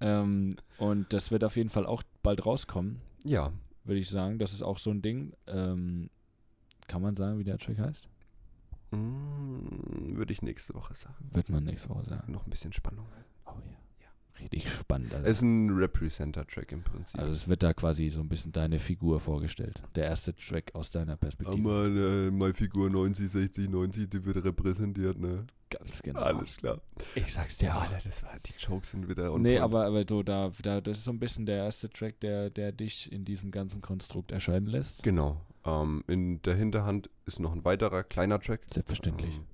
ähm, und das wird auf jeden Fall auch bald rauskommen, Ja, würde ich sagen. Das ist auch so ein Ding. Ähm, kann man sagen, wie der Track heißt? mm, würde ich nächste Woche sagen. Wird man nächste Woche sagen. Noch ein bisschen Spannung. Oh ja. Richtig spannend, Alter. Es ist ein Representer-Track im Prinzip. also es wird da quasi so ein bisschen deine Figur vorgestellt. Der erste Track aus deiner Perspektive. Aber äh, meine Figur 90, 60, 90, die wird repräsentiert, ne? Ganz genau. Alles klar. Ah, Ich sag's dir auch. Alter, das war, die Jokes sind wieder on nee, point. aber, aber so, da, da, das ist so ein bisschen der erste Track, der, der dich in diesem ganzen Konstrukt erscheinen lässt. Genau. Ähm, in der Hinterhand ist noch ein weiterer kleiner Track. Selbstverständlich. Ähm,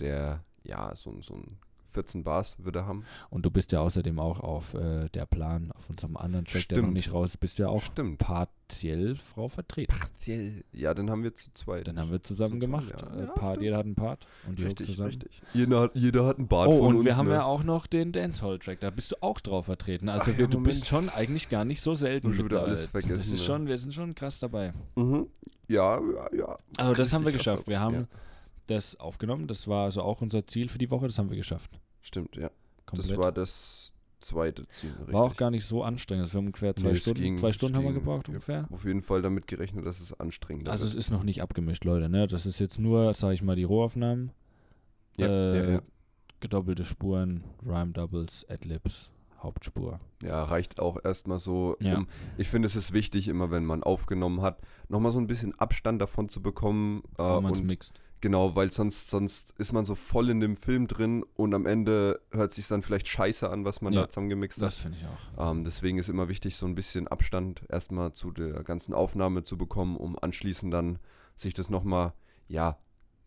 der, ja, so, ein- so ein 14 Bars wird er haben. Und du bist ja außerdem auch auf äh, der Plan, auf unserem anderen Track, der noch Stimmt. nicht raus ist, bist ja auch Stimmt. partiell Frau vertreten. Ja, den haben wir zu zweit. Dann haben wir zusammen Total, gemacht. ja. Äh, Ja, Part, stimmt. jeder hat einen Part und die Hook richtig, zusammen. richtig. Jeder hat, jeder hat einen Bart Oh, von und uns. wir haben ne? ja auch noch den Dancehall-Track, da bist du auch drauf vertreten. Also ja, wir, du Moment. bist schon eigentlich gar nicht so selten. Hab ich schon wieder mittlerweile. alles vergessen, das ist ne? schon, wir sind schon krass dabei. Mhm. Ja, ja, ja. Also das haben wir Richtig krass geschafft. Wir haben ja. das aufgenommen. Das war also auch unser Ziel für die Woche. Das haben wir geschafft. Stimmt, ja. Komplett. Das war das zweite Ziel. Richtig. War auch gar nicht so anstrengend. Wir haben ungefähr zwei Nee, es Stunden, ging, zwei es Stunden haben wir ging. gebraucht Ja. ungefähr. Auf jeden Fall damit gerechnet, dass es anstrengend Also es wird. ist noch nicht abgemischt, Leute. Ne? Das ist jetzt nur, sage ich mal, die Rohaufnahmen, Ja, äh, ja, ja. gedoppelte Spuren, Rhyme Doubles, Adlibs, Hauptspur. Ja, reicht auch erstmal so. Ja. Um, ich finde, es ist wichtig, immer wenn man aufgenommen hat, nochmal so ein bisschen Abstand davon zu bekommen. Äh, Wenn man es und mixt. genau, weil sonst, sonst ist man so voll in dem Film drin und am Ende hört sich dann vielleicht scheiße an, was man Ja, da zusammengemixt hat. Das finde ich auch. Ähm, deswegen ist immer wichtig, so ein bisschen Abstand erstmal zu der ganzen Aufnahme zu bekommen, um anschließend dann sich das nochmal, ja,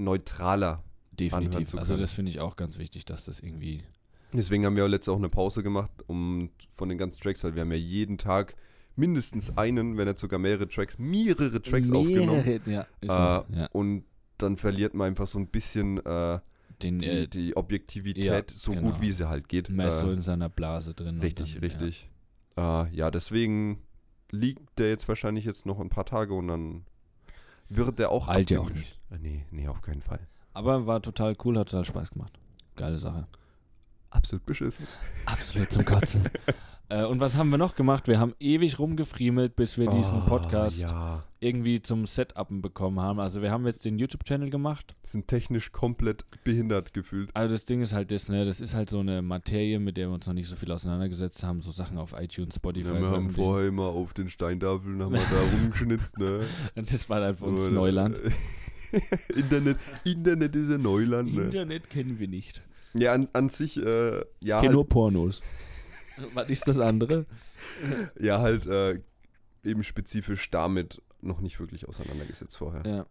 neutraler. Definitiv. zu Also können. das finde ich auch ganz wichtig, dass das irgendwie Deswegen haben wir auch letzte auch eine Pause gemacht, um von den ganzen Tracks, weil wir haben ja jeden Tag mindestens einen, wenn nicht sogar mehrere Tracks, mehrere Tracks aufgenommen. Ja, ist so. Äh, ja. Und dann verliert man einfach so ein bisschen äh, Den die, äh, die Objektivität, ja, so genau. gut wie sie halt geht. mehr so Äh, in seiner Blase drin. und richtig, Genau, dann, Ja. richtig. Ja. Äh, ja, deswegen liegt der jetzt wahrscheinlich jetzt noch ein paar Tage und dann wird der auch Eilt ja auch abgemischt. Äh, Nee, nee, auf keinen Fall. Aber war total cool, hat total Spaß gemacht. Geile Sache. Absolut beschissen. Absolut zum Kotzen. äh, und was haben wir noch gemacht? Wir haben ewig rumgefriemelt, bis wir diesen Oh, Podcast Ja. irgendwie zum Setupen bekommen haben. Also wir haben jetzt den YouTube-Channel gemacht. sind technisch komplett behindert gefühlt. Also das Ding ist halt das, ne? Das ist halt so eine Materie, mit der wir uns noch nicht so viel auseinandergesetzt haben. So Sachen auf iTunes, Spotify. Ja, wir haben veröffentlichen. vorher immer auf den Steintafeln haben wir da rumgeschnitzt, ne? Und das war dann für uns Aber, Neuland. äh, Internet, Internet ist ja Neuland, ne? Internet kennen wir nicht. Ja, an, an sich, äh, ja, Kennen halt, nur Pornos. was ist das andere? ja, halt äh, eben spezifisch damit noch nicht wirklich auseinandergesetzt vorher. Ja.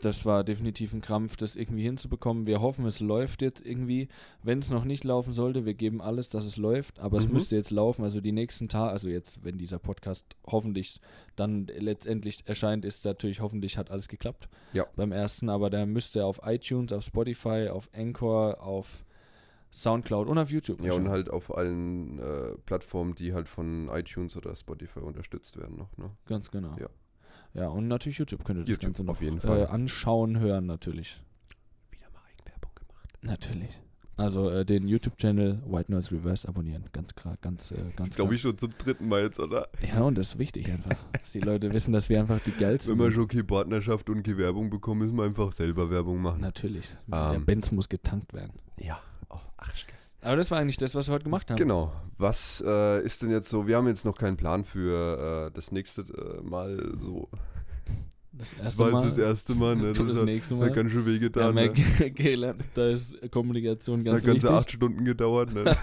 Das war definitiv ein Krampf, das irgendwie hinzubekommen. Wir hoffen, es läuft jetzt irgendwie. Wenn es noch nicht laufen sollte, wir geben alles, dass es läuft, aber es Mhm. müsste jetzt laufen. Also die nächsten Tage, also jetzt, wenn dieser Podcast hoffentlich dann letztendlich erscheint, ist natürlich hoffentlich hat alles geklappt Ja. beim ersten, aber der müsste auf iTunes, auf Spotify, auf Anchor, auf Soundcloud und auf YouTube. Ja, und erscheinen. halt auf allen äh, Plattformen, die halt von iTunes oder Spotify unterstützt werden noch, ne? Ganz genau. Ja. Ja, und natürlich YouTube könnte das YouTube, Ganze noch auf jeden äh, Fall. anschauen, hören natürlich. Wieder mal Eigenwerbung gemacht. Natürlich. Also äh, den YouTube-Channel White Noise Reverse abonnieren. Ganz klar, ganz, äh, ganz Das glaube ich schon zum dritten Mal jetzt, oder? Ja, und das ist wichtig einfach, dass die Leute wissen, dass wir einfach die geilsten Wenn wir sind. schon keine Partnerschaft und keine Werbung bekommen, müssen wir einfach selber Werbung machen. Natürlich. der Ähm. Benz muss getankt werden. Ja, auch arschgeil. Aber das war eigentlich das, was wir heute gemacht haben. Genau. Was äh, ist denn jetzt so? Wir haben jetzt noch keinen Plan für äh, das nächste äh, Mal. So. Das Das erste war Mal. jetzt das erste Mal. Ne? Jetzt kommt Das das hat, nächste hat Mal. ganz schön Wir wehgetan. haben Ne? ja gelernt, da ist Kommunikation Hat ganz ganze wichtig. acht Stunden gedauert. Ne?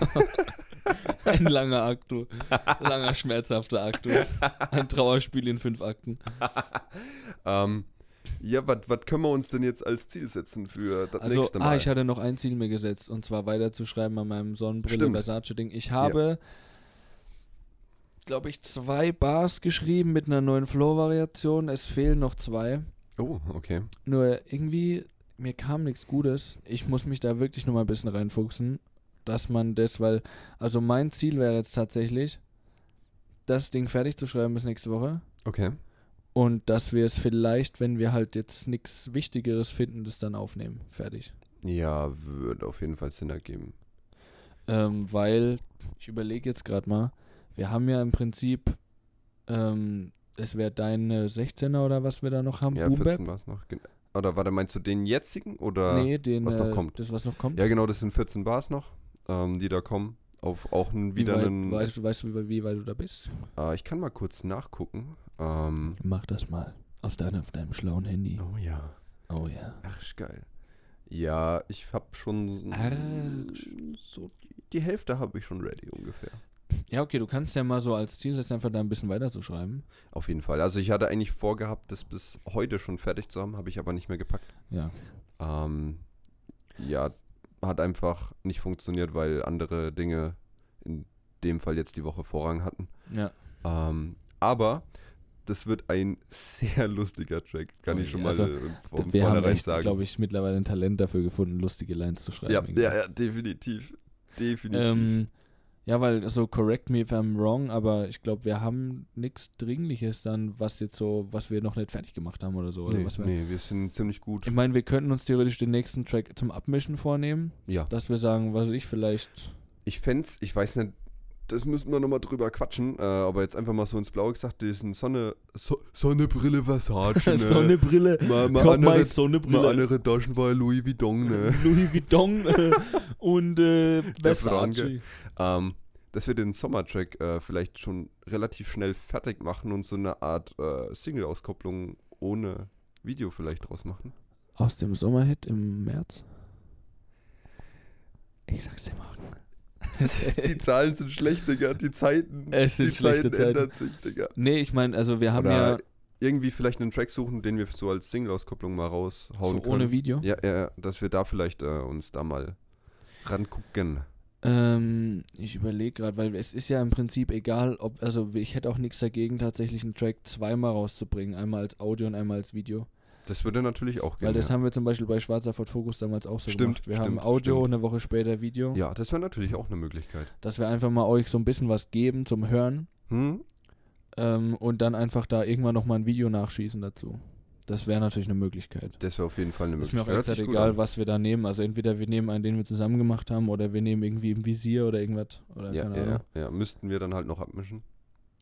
Ein langer Akt, du. Langer, schmerzhafter Akt, du. Ein Trauerspiel in fünf Akten. ähm, ja, was können wir uns denn jetzt als Ziel setzen für das Also, nächste Mal? ah, ich hatte noch ein Ziel mir gesetzt, und zwar weiterzuschreiben an meinem Stimmt. Sonnenbrille-Versace-Ding. Ich habe, glaube ich, zwei Bars geschrieben mit einer neuen Flow-Variation. Es fehlen noch zwei. oh, okay. Nur irgendwie, mir kam nichts Gutes. Ich muss mich da wirklich noch mal ein bisschen reinfuchsen, dass man das, weil, also mein Ziel wäre jetzt tatsächlich, das Ding fertig zu schreiben bis nächste Woche. Okay. Und dass wir es vielleicht, wenn wir halt jetzt nichts Wichtigeres finden, das dann aufnehmen. Fertig. Ja, würde auf jeden Fall Sinn ergeben. Ähm, weil, ich überlege jetzt gerade mal, wir haben ja im Prinzip, ähm, es wäre deine 16er oder was wir da noch haben, Ja, Boom Bap. 14 war es noch. gen- Oder warte, meinst du den jetzigen? Oder? Nee, den, was noch äh, kommt. das, was noch kommt. Ja, genau, das sind 14 Bars noch, ähm, die da kommen. Auf auch n- wie wieder weit, einen. weißt, du- weißt du, wie, wie weit du da bist? Äh, ich kann mal kurz nachgucken. Ähm, Mach das mal. Auf deinem, auf deinem schlauen Handy. oh ja. Oh ja. Arsch geil. Ja, ich hab schon. Arsch. So die, die Hälfte habe ich schon ready ungefähr. Ja, okay, du kannst ja mal so als Ziel setzen, einfach da ein bisschen weiter zu schreiben. Auf jeden Fall. Also ich hatte eigentlich vorgehabt, das bis heute schon fertig zu haben, habe ich aber nicht mehr gepackt. Ja. Ähm, ja, hat einfach nicht funktioniert, weil andere Dinge in dem Fall jetzt die Woche Vorrang hatten. Ja. Ähm, aber das wird ein sehr lustiger Track, kann Oh ich schon ja, mal also, äh, von wir haben vornherein echt, sagen. glaube ich, mittlerweile ein Talent dafür gefunden, lustige Lines zu schreiben. ja, irgendwie. ja, ja, definitiv. Definitiv. Ähm, ja, weil, also correct me if I'm wrong, aber ich glaube, wir haben nichts Dringliches dann, was jetzt so, was wir noch nicht fertig gemacht haben oder so. Oder nee, was wir, nee, wir sind ziemlich gut. Ich meine, wir könnten uns theoretisch den nächsten Track zum Abmischen vornehmen, ja. dass wir sagen, was weiß ich vielleicht. Ich fänd's, ich weiß nicht, das müssten wir nochmal drüber quatschen, äh, aber jetzt einfach mal so ins Blaue gesagt, diesen Sonne, so, Sonnebrille Versace, ne? Sonnenbrille. Mal, mal, Glaub mal, andere, mal Sonnenbrille. andere Taschen war Louis Vuitton, ne? Louis Vuitton äh, und äh, Versace. Franke. ähm, dass wir den Sommertrack äh, vielleicht schon relativ schnell fertig machen und so eine Art äh, Single-Auskopplung ohne Video vielleicht draus machen. Aus dem Sommerhit im März. Ich sag's dir morgen. Die Zahlen sind schlecht, Digga. Die Zeiten, Es sind die schlechte Zeiten. ändern sich, Digga. Nee, ich meine, also wir haben Oder ja irgendwie vielleicht einen Track suchen, den wir so als Single-Auskopplung mal raushauen so können. ohne Video. Ja, ja, ja, dass wir da vielleicht äh, uns da mal rangucken. Ähm, ich überlege gerade, weil es ist ja im Prinzip egal, ob, also ich hätte auch nichts dagegen, tatsächlich einen Track zweimal rauszubringen, einmal als Audio und einmal als Video. Das würde natürlich auch gehen. Weil das ja. haben wir zum Beispiel bei Schwarzer Ford Focus damals auch so Genau. Stimmt, gemacht. Wir haben stimmt, Audio stimmt. und eine Woche später Video, ja, das wäre natürlich auch eine Möglichkeit. dass wir einfach mal euch so ein bisschen was geben zum Hören Hm? ähm, und dann einfach da irgendwann nochmal ein Video nachschießen dazu. Das wäre natürlich eine Möglichkeit. Das wäre auf jeden Fall eine Ist mir Möglichkeit. auch jetzt Hört halt sich gut egal, an. was wir da nehmen. Also entweder wir nehmen einen, den wir zusammen gemacht haben, oder wir nehmen irgendwie im Visier oder irgendwas. Oder Ja, keine ja, Ahnung. ja, ja, müssten wir dann halt noch abmischen.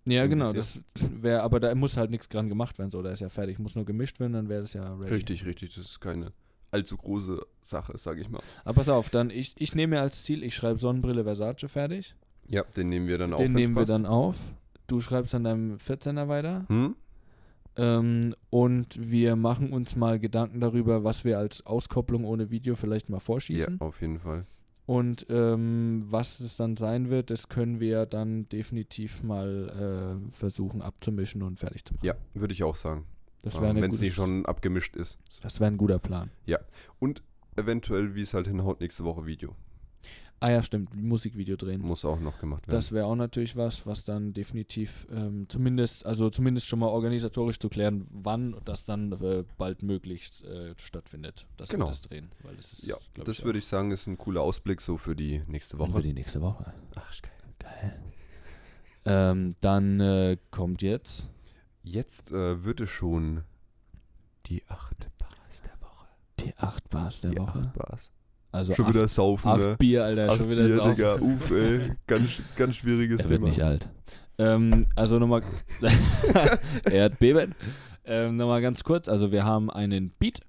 Ja, Irgendwie genau, ist das wäre, aber da muss halt nichts dran gemacht werden, so, da ist ja fertig, muss nur gemischt werden, dann wäre das ja ready. Richtig, richtig, das ist keine allzu große Sache, sag ich mal. Aber pass auf, dann, ich, ich nehme mir als Ziel, ich schreibe Sonnenbrille Versace fertig, Ja, den nehmen wir dann auf. den wenn's nehmen wir passt. dann auf, du schreibst an deinem 14er weiter Hm? ähm, und wir machen uns mal Gedanken darüber, was wir als Auskopplung ohne Video vielleicht mal Ja, vorschießen auf jeden Fall. und ähm, was es dann sein wird, das können wir dann definitiv mal äh, versuchen abzumischen und fertig zu machen. Ja, würde ich auch sagen. Das wäre Wenn eine es gutes, nicht schon abgemischt ist. das wäre ein guter Plan. Eventuell, wie es halt hinhaut, nächste Woche Video. Ah ja, stimmt, Musikvideo drehen. Muss auch noch gemacht werden. Das wäre auch natürlich was, was dann definitiv ähm, zumindest, also zumindest schon mal organisatorisch zu klären, wann das dann äh, bald möglichst äh, stattfindet, dass Genau. wir das drehen. Weil das ist, ja, glaub das ich, würde ich sagen, ist ein cooler Ausblick so für die nächste auch- für Woche. die nächste Woche. Ach, geil. Geil. Ähm, dann äh, kommt jetzt Jetzt äh, würde schon die acht Bars der Woche. die 8 Bars der die Woche. acht Bars. Also Schon wieder saufen, acht, ne? acht Bier, Alter, Acht schon wieder Bier, saufen. Digga. Uff, ey. Ganz, ganz schwieriges Er wird Thema. nicht alt. Ähm, also nochmal. Erdbeben. Ähm, nochmal ganz kurz. Also, wir haben einen Beat.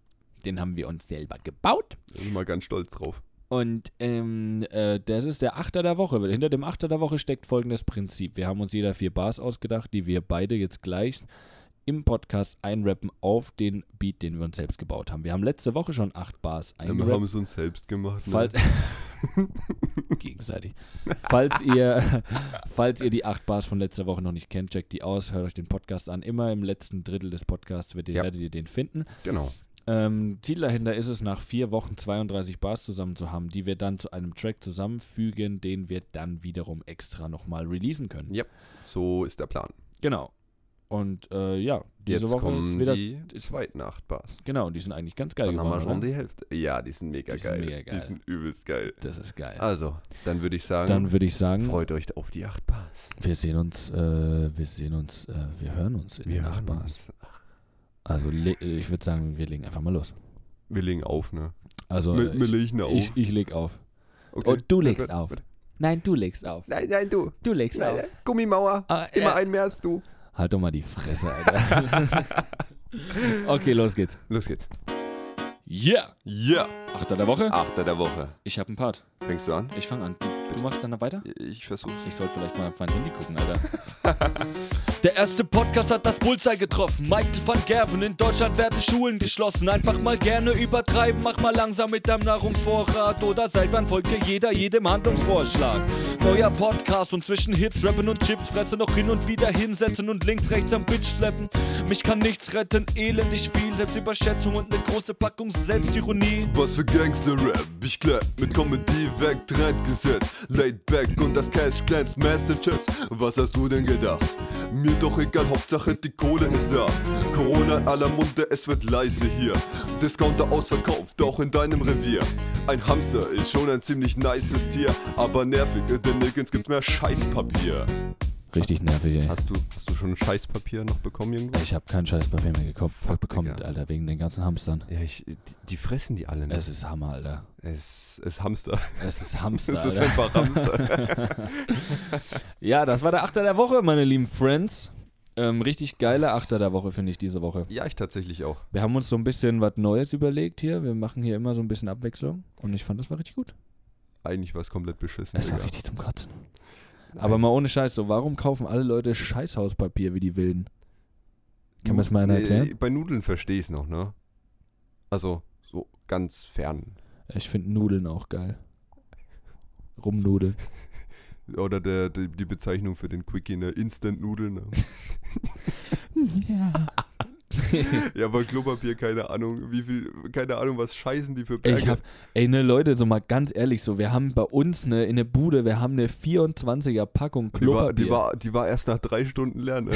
Den haben wir uns selber gebaut. Ich bin mal ganz stolz drauf. Und ähm, äh, das ist der Achter der Woche. Weil Hinter dem Achter der Woche steckt folgendes Prinzip. Wir haben uns jeder vier Bars ausgedacht, die wir beide jetzt gleich im Podcast einrappen auf den Beat, den wir uns selbst gebaut haben. Wir haben letzte Woche schon acht Bars Ja, wir haben eingerappt. es uns selbst gemacht. Ne? Falls gegenseitig. Falls ihr, falls ihr die acht Bars von letzter Woche noch nicht kennt, checkt die aus, hört euch den Podcast an. Immer im letzten Drittel des Podcasts werdet ihr, Ja. werdet ihr den finden. Genau. Ähm, Ziel dahinter ist es, nach vier Wochen 32 Bars zusammen zu haben, die wir dann zu einem Track zusammenfügen, den wir dann wiederum extra nochmal releasen können. Ja. So ist der Plan. Genau. Und äh, ja, diese Jetzt Woche kommen ist wieder. die ist- zweiten acht Bars. Genau, und die sind eigentlich ganz geil Dann haben geworden. wir schon oder? die Hälfte. Ja, die sind mega Die sind geil. mega geil. Die sind übelst geil. Das ist geil. Also, dann würde ich sagen, Dann würde ich sagen, freut euch auf die acht Bars. wir sehen uns, äh, wir sehen uns, äh, wir hören uns in den acht hören Bars. uns. Also le- äh, ich würde sagen, wir legen einfach mal los. Wir legen auf, ne? Also Wir, wir ich, legen auf. ich, ich leg auf. Okay. Und du legst Warte, auf. warte. Nein, du legst auf. Nein, nein, du. Du legst Nein, nein. Gummimauer. Ah, Immer äh, ein mehr als du. Halt doch mal die Fresse, Alter. okay, los geht's. Los geht's. Yeah! Ja. Achter der Woche. Achter der Woche. Ich hab einen Part. Fängst du an? Ich fange an. Du, du machst dann noch weiter? Ich versuch's. Ich sollte vielleicht mal auf mein Handy gucken, Alter. Der erste Podcast hat das Bullseye getroffen. Michael van Gerven, in Deutschland werden Schulen geschlossen. Einfach mal gerne übertreiben, mach mal langsam mit deinem Nahrungsvorrat. Oder seit wann folgt dir jeder jedem Handlungsvorschlag? Neuer Podcast und zwischen Hits rappen und Chips fressen, noch hin und wieder hinsetzen und links, rechts am Bitch schleppen. Mich kann nichts retten, elendig viel. Selbstüberschätzung und eine große Packung Selbstironie. Was für Gangster-Rap, ich klein mit Comedy weg, Trendgesetz, laid back und das Cash kleins Messages. Was hast du denn gedacht? Mir doch egal, Hauptsache die Kohle ist da. Corona in aller Munde, es wird leise hier. Discounter ausverkauft, auch in deinem Revier. Ein Hamster ist schon ein ziemlich nices Tier, aber nervig, denn nirgends gibt's mehr Scheißpapier. Richtig nervig, ey. Hast du, hast du schon Scheißpapier noch bekommen irgendwo? Ich hab keinen Scheiß Papier mehr gekauft, Fuck, bekommen, Digga. Alter, wegen den ganzen Hamstern. Ja, ich, die, die fressen die alle. Es ist Hammer, Alter. Es ist Hamster. Es ist Hamster. Es ist Alter. einfach Hamster. Ja, das war der Achter der Woche, meine lieben Friends. Ähm, richtig geile Achter der Woche, finde ich, diese Woche. Ja, ich tatsächlich auch. Wir haben uns so ein bisschen was Neues überlegt hier. Wir machen hier immer so ein bisschen Abwechslung. Und ich fand, das war richtig gut. Eigentlich war es komplett beschissen. Es war Digga. richtig zum Kotzen. Nein. Aber mal ohne Scheiß, so, warum kaufen alle Leute Scheißhauspapier wie die Wilden? Kann mir das mal einer Nee, erklären? Bei Nudeln verstehe ich es noch, ne? Also, so ganz fern. Ich finde Nudeln auch geil. Rumnudeln. Oder der, die, die Bezeichnung für den Quickie, ne? Instant-Nudeln. Ne? Ja. ja, aber Klopapier, keine Ahnung, wie viel, keine Ahnung, was scheißen die für Berge. Ich hab, ey, ne Leute, so mal ganz ehrlich, so, wir haben bei uns ne, in der Bude, wir haben eine 24er Packung die, war, Klopapier. die, war, die war erst nach drei Stunden leer, ne?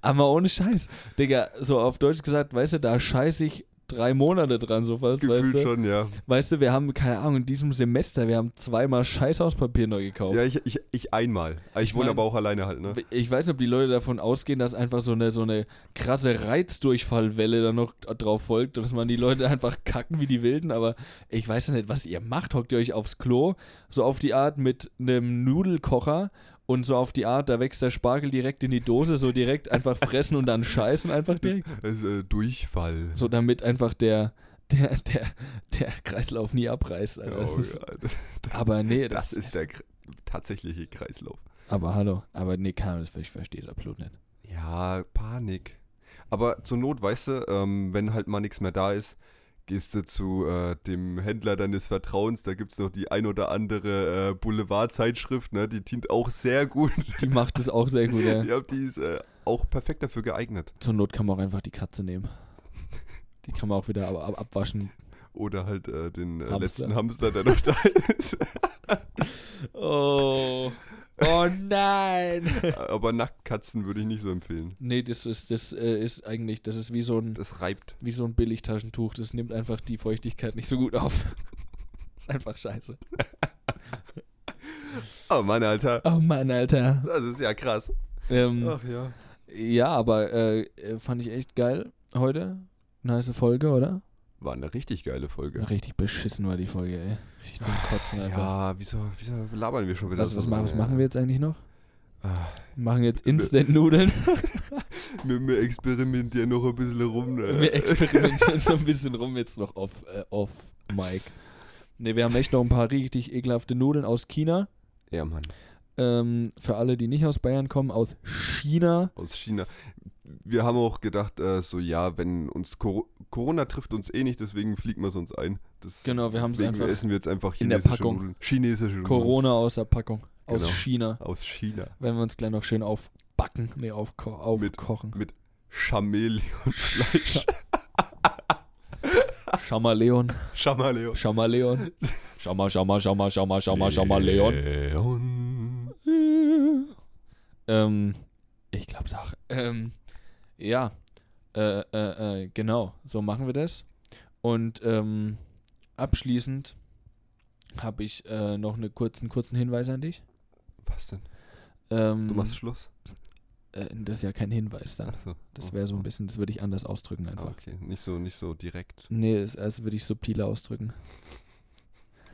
Aber ohne Scheiß. Digga, so auf Deutsch gesagt, weißt du, da scheiß ich drei Monate dran, so fast, weißt Gefühlt du? schon, ja. Weißt du, wir haben, keine Ahnung, in diesem Semester, wir haben zweimal Scheißhauspapier neu gekauft. Ja, ich, ich, ich einmal. Ich, Ich wohne mein- aber auch alleine halt, ne? Ich weiß nicht, ob die Leute davon ausgehen, dass einfach so eine, so eine krasse Reizdurchfallwelle da noch drauf folgt, dass man die Leute einfach kacken wie die Wilden, aber ich weiß ja nicht, was ihr macht. Hockt ihr euch aufs Klo, so auf die Art mit einem Nudelkocher und so auf die Art, da wächst der Spargel direkt in die Dose, so direkt einfach fressen und dann scheißen einfach direkt. Also, äh, Durchfall. So damit einfach der, der, der, der Kreislauf nie abreißt. Alter. Das oh, ist, ja. aber nee, das, Das ist der Kre- tatsächliche Kreislauf. Aber hallo. Aber nee, kann man das ich verstehe es absolut nicht. Ja, Panik. Aber zur Not, weißt du, ähm, wenn halt mal nichts mehr da ist, gehst du zu äh, dem Händler deines Vertrauens. Da gibt es noch die ein oder andere äh, Boulevardzeitschrift, ne? die dient auch sehr gut. Die macht es auch sehr gut, ja. Ja, die ist äh, auch perfekt dafür geeignet. Zur Not kann man auch einfach die Katze nehmen. Die kann man auch wieder ab ab abwaschen. Oder halt äh, den äh, Hamster. letzten Hamster, der noch da ist. Oh. Oh nein. Aber Nacktkatzen würde ich nicht so empfehlen. Nee, das ist, das äh, ist eigentlich, das ist wie so ein, Das reibt. wie so ein Billigtaschentuch. Das nimmt einfach die Feuchtigkeit nicht so gut auf. ist einfach scheiße. Oh Mann, Alter. Oh Mann, Alter. Das ist ja krass. Ähm, Ach ja. Ja, aber äh, äh, fand ich echt geil heute. Nice Folge, oder? War eine richtig geile Folge. Richtig beschissen war die Folge, ey. Richtig zum Kotzen einfach. Ja, wieso, wieso labern wir schon wieder was, so was, machen, was lange? machen wir jetzt eigentlich noch? Ah. Wir machen jetzt Instant-Nudeln. Wir, wir experimentieren noch ein bisschen rum. Ne? Wir experimentieren so ein bisschen rum jetzt noch auf, äh, auf Mike. Ne, wir haben echt noch ein paar richtig ekelhafte Nudeln aus China. ja, Mann. Ähm, für alle, die nicht aus Bayern kommen, aus China. aus China. Wir haben auch gedacht, äh, so ja, wenn uns Cor Corona trifft uns eh nicht, deswegen fliegen wir es uns ein. Das Genau, wir haben es deswegen einfach essen wir jetzt einfach in der chinesische Packung. Nudeln. Chinesische Nudeln Corona aus der Packung. Aus Genau. China. aus China. Wenn wir uns gleich noch schön aufbacken. Ne, aufko aufkochen. Chamäleonfleisch. Schamaleon. Chamaleon. Schamaleon. Schama, Schama, Schama, Schama, Schama, Schamaleon. Leon. Ähm, ich glaube Sache. Ähm, ja, äh, äh, äh, genau, so machen wir das. Und ähm, abschließend habe ich äh, noch eine kurzen, kurzen Hinweis an dich. Was denn? Ähm, Du machst Schluss? äh, das ist ja kein Hinweis dann. Achso. Das wäre so ein bisschen, das würde ich anders ausdrücken Ah, einfach. Okay, nicht so, nicht so direkt. Nee, das, das würde ich subtiler ausdrücken.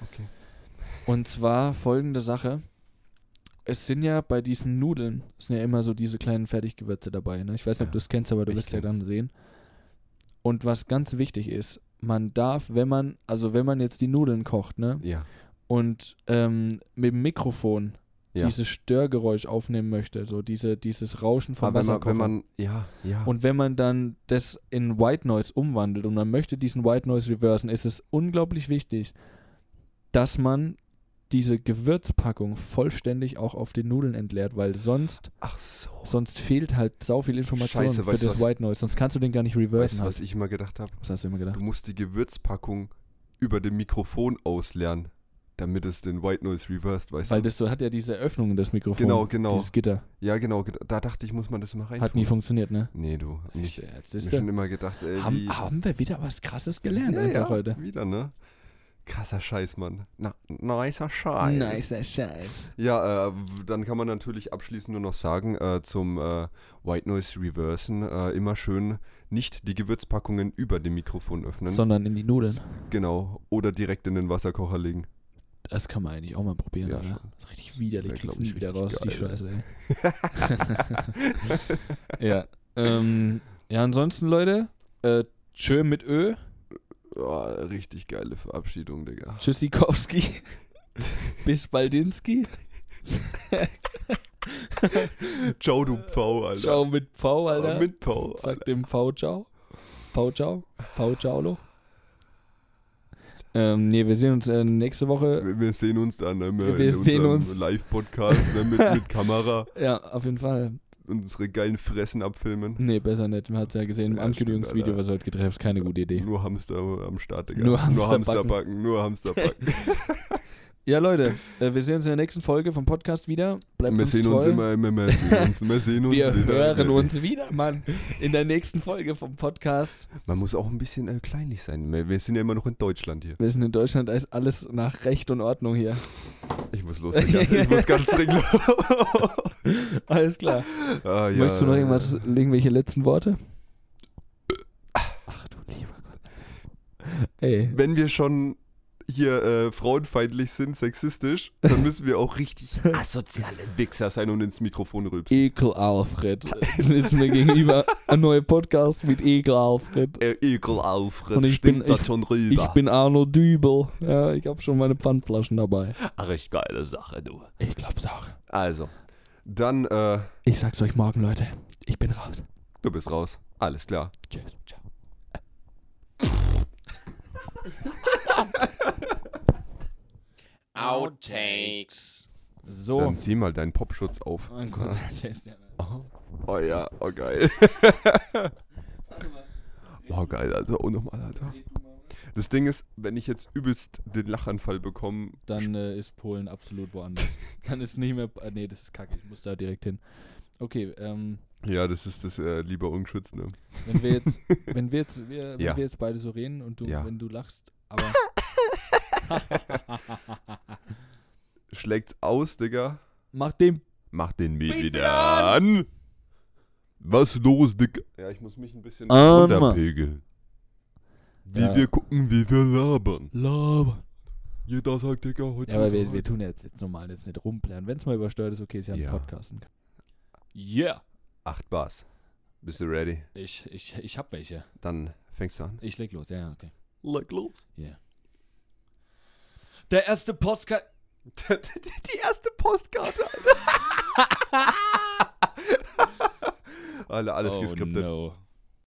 Okay. Und zwar folgende Sache. Es sind ja bei diesen Nudeln, es sind ja immer so diese kleinen Fertiggewürze dabei. Ne? Ich weiß nicht, ob Ja, du es kennst, aber du ich wirst ja kenn's. dann sehen. Und was ganz wichtig ist, man darf, wenn man, also wenn man jetzt die Nudeln kocht, ne, Ja. und ähm, mit dem Mikrofon Ja. dieses Störgeräusch aufnehmen möchte, so diese, dieses Rauschen vom Aber wenn man, Wasserkochen. wenn man, ja, ja. und wenn man dann das in White Noise umwandelt und man möchte diesen White Noise reversen, ist es unglaublich wichtig, dass man diese Gewürzpackung vollständig auch auf den Nudeln entleert, weil sonst, Ach so. sonst fehlt halt sau viel Information Oh. Scheiße, für weißt du das was? White Noise, sonst kannst du den gar nicht Weißt reversen. du, Weißt, was ich immer gedacht habe? was, hast du immer gedacht? Du musst die Gewürzpackung über dem Mikrofon auslernen, damit es den White Noise reversed, weißt Weil du? das so hat ja diese Öffnungen des Mikrofons. Genau, genau. Dieses Gitter. Ja, genau. ge- Da dachte ich, muss man das mal rein. Hat nie funktioniert, ne? Nee, du. Ich, Ich jetzt hab mir ist schon immer gedacht, ey, wie, haben, haben wir wieder was krasses gelernt ja, einfach ja, heute. Wieder, ne? Krasser Scheiß, Mann. Na, nicer Scheiß. Nicer Scheiß. Ja, äh, w- dann kann man natürlich abschließend nur noch sagen, äh, zum äh, White Noise Reversen äh, immer schön nicht die Gewürzpackungen über dem Mikrofon öffnen. Sondern in die Nudeln. genau. Oder direkt in den Wasserkocher legen. Das kann man eigentlich auch mal probieren, Ja, oder? schon. Das ist richtig widerlich, Wär, kriegst glaub nie ich, wieder richtig raus, die geil, Scheiße, ey. ja. Ähm, ja, ansonsten, Leute, äh, tschö mit Ö, Oh, richtig geile Verabschiedung, Digga. Tschüssikowski, bis Baldinski, Ciao, du Pau, Alter. ciao mit V, Alter. Mit Pau. Sag dem V, ciao. V, ciao. V, ciao, Ähm, nee, wir sehen uns äh, nächste Woche. Wir, wir sehen uns dann ne, Wir wir sehen unserem uns. Live-Podcast ne, mit, mit Kamera Ja, auf jeden Fall. unsere geilen Fressen abfilmen. Nee, besser nicht. Man hat es ja gesehen im Ja, stimmt, Ankündigungsvideo, Alter. Mhm. was wir heute gedreht haben. Ist keine gute Idee. Nur Hamster am Start, Digga. Nur nur Hamster backen. Hamsterbacken, nur Hamsterbacken. Ja, Leute, äh, wir sehen uns in der nächsten Folge vom Podcast wieder. Bleibt wir uns sehen treu. uns immer, immer, wir sehen uns, wir sehen uns wir wieder. hören uns wieder, Mann, in der nächsten Folge vom Podcast. Man muss auch ein bisschen äh, kleinlich sein. Wir, wir sind ja immer noch in Deutschland hier. Wir sind in Deutschland, da ist alles nach Recht und Ordnung hier. Ich muss los, Digga. Ich muss ganz dringend los. Alles klar. ah, ja. Möchtest du noch irgendwas, irgendwelche letzten Worte? Ach du lieber Gott. Ey, wenn wir schon hier äh, frauenfeindlich sind, sexistisch, dann müssen wir auch richtig asoziale Wichser sein und ins Mikrofon rülpsen. Ekel Alfred. Sitzt mir gegenüber ein neuer Podcast mit Ekel Alfred. Äh, Ekel Alfred, Und ich stimmt bin- das ich- schon Ich rüber. bin Arno Dübel. Ja, ich habe schon meine Pfandflaschen dabei. Ach, echt Ah, geile Sache, du. Ich glaub's auch. Also, dann, äh, Ich sag's euch morgen, Leute. Ich bin raus. du bist raus. Alles klar. Tschüss. Ciao. Outtakes. So. Dann zieh mal deinen Popschutz auf. Mein Gott, der ist ja. Oh ja, oh geil. oh geil, Alter. Oh nochmal, Alter. Das Ding ist, wenn ich jetzt übelst den Lachanfall bekomme, Dann äh, ist Polen absolut woanders. Dann ist nicht mehr. Äh, nee, das ist kacke. Ich muss da direkt hin. Okay, ähm, ja, das ist das äh, lieber ungeschützt, ne? wenn wir jetzt, wenn wir jetzt, wir, wenn Ja. wir jetzt beide so reden und du, Ja. wenn du lachst, aber Schlägt's aus, Digga. mach dem Mach den Beat wieder an. Was los, Dick? Ja, ich muss mich ein bisschen Ah, Mann. runterpegeln. Wie Ähm, Ja. wir gucken, wie wir labern. Laber. Jeder sagt, Digga, heute. Ja, aber wir, Sonntag. wir tun jetzt, jetzt normal jetzt nicht rumplären. Wenn es mal übersteuert ist, okay, ist ja ein Ja. Podcast. Yeah. Acht Bars. Bist du ready? Ich, ich, ich hab welche. Dann fängst du an. Ich leg los, ja, ja, okay. Leg los. Der erste Postka Die erste Postkarte, Alter. Alter, alles oh, geskriptet. No.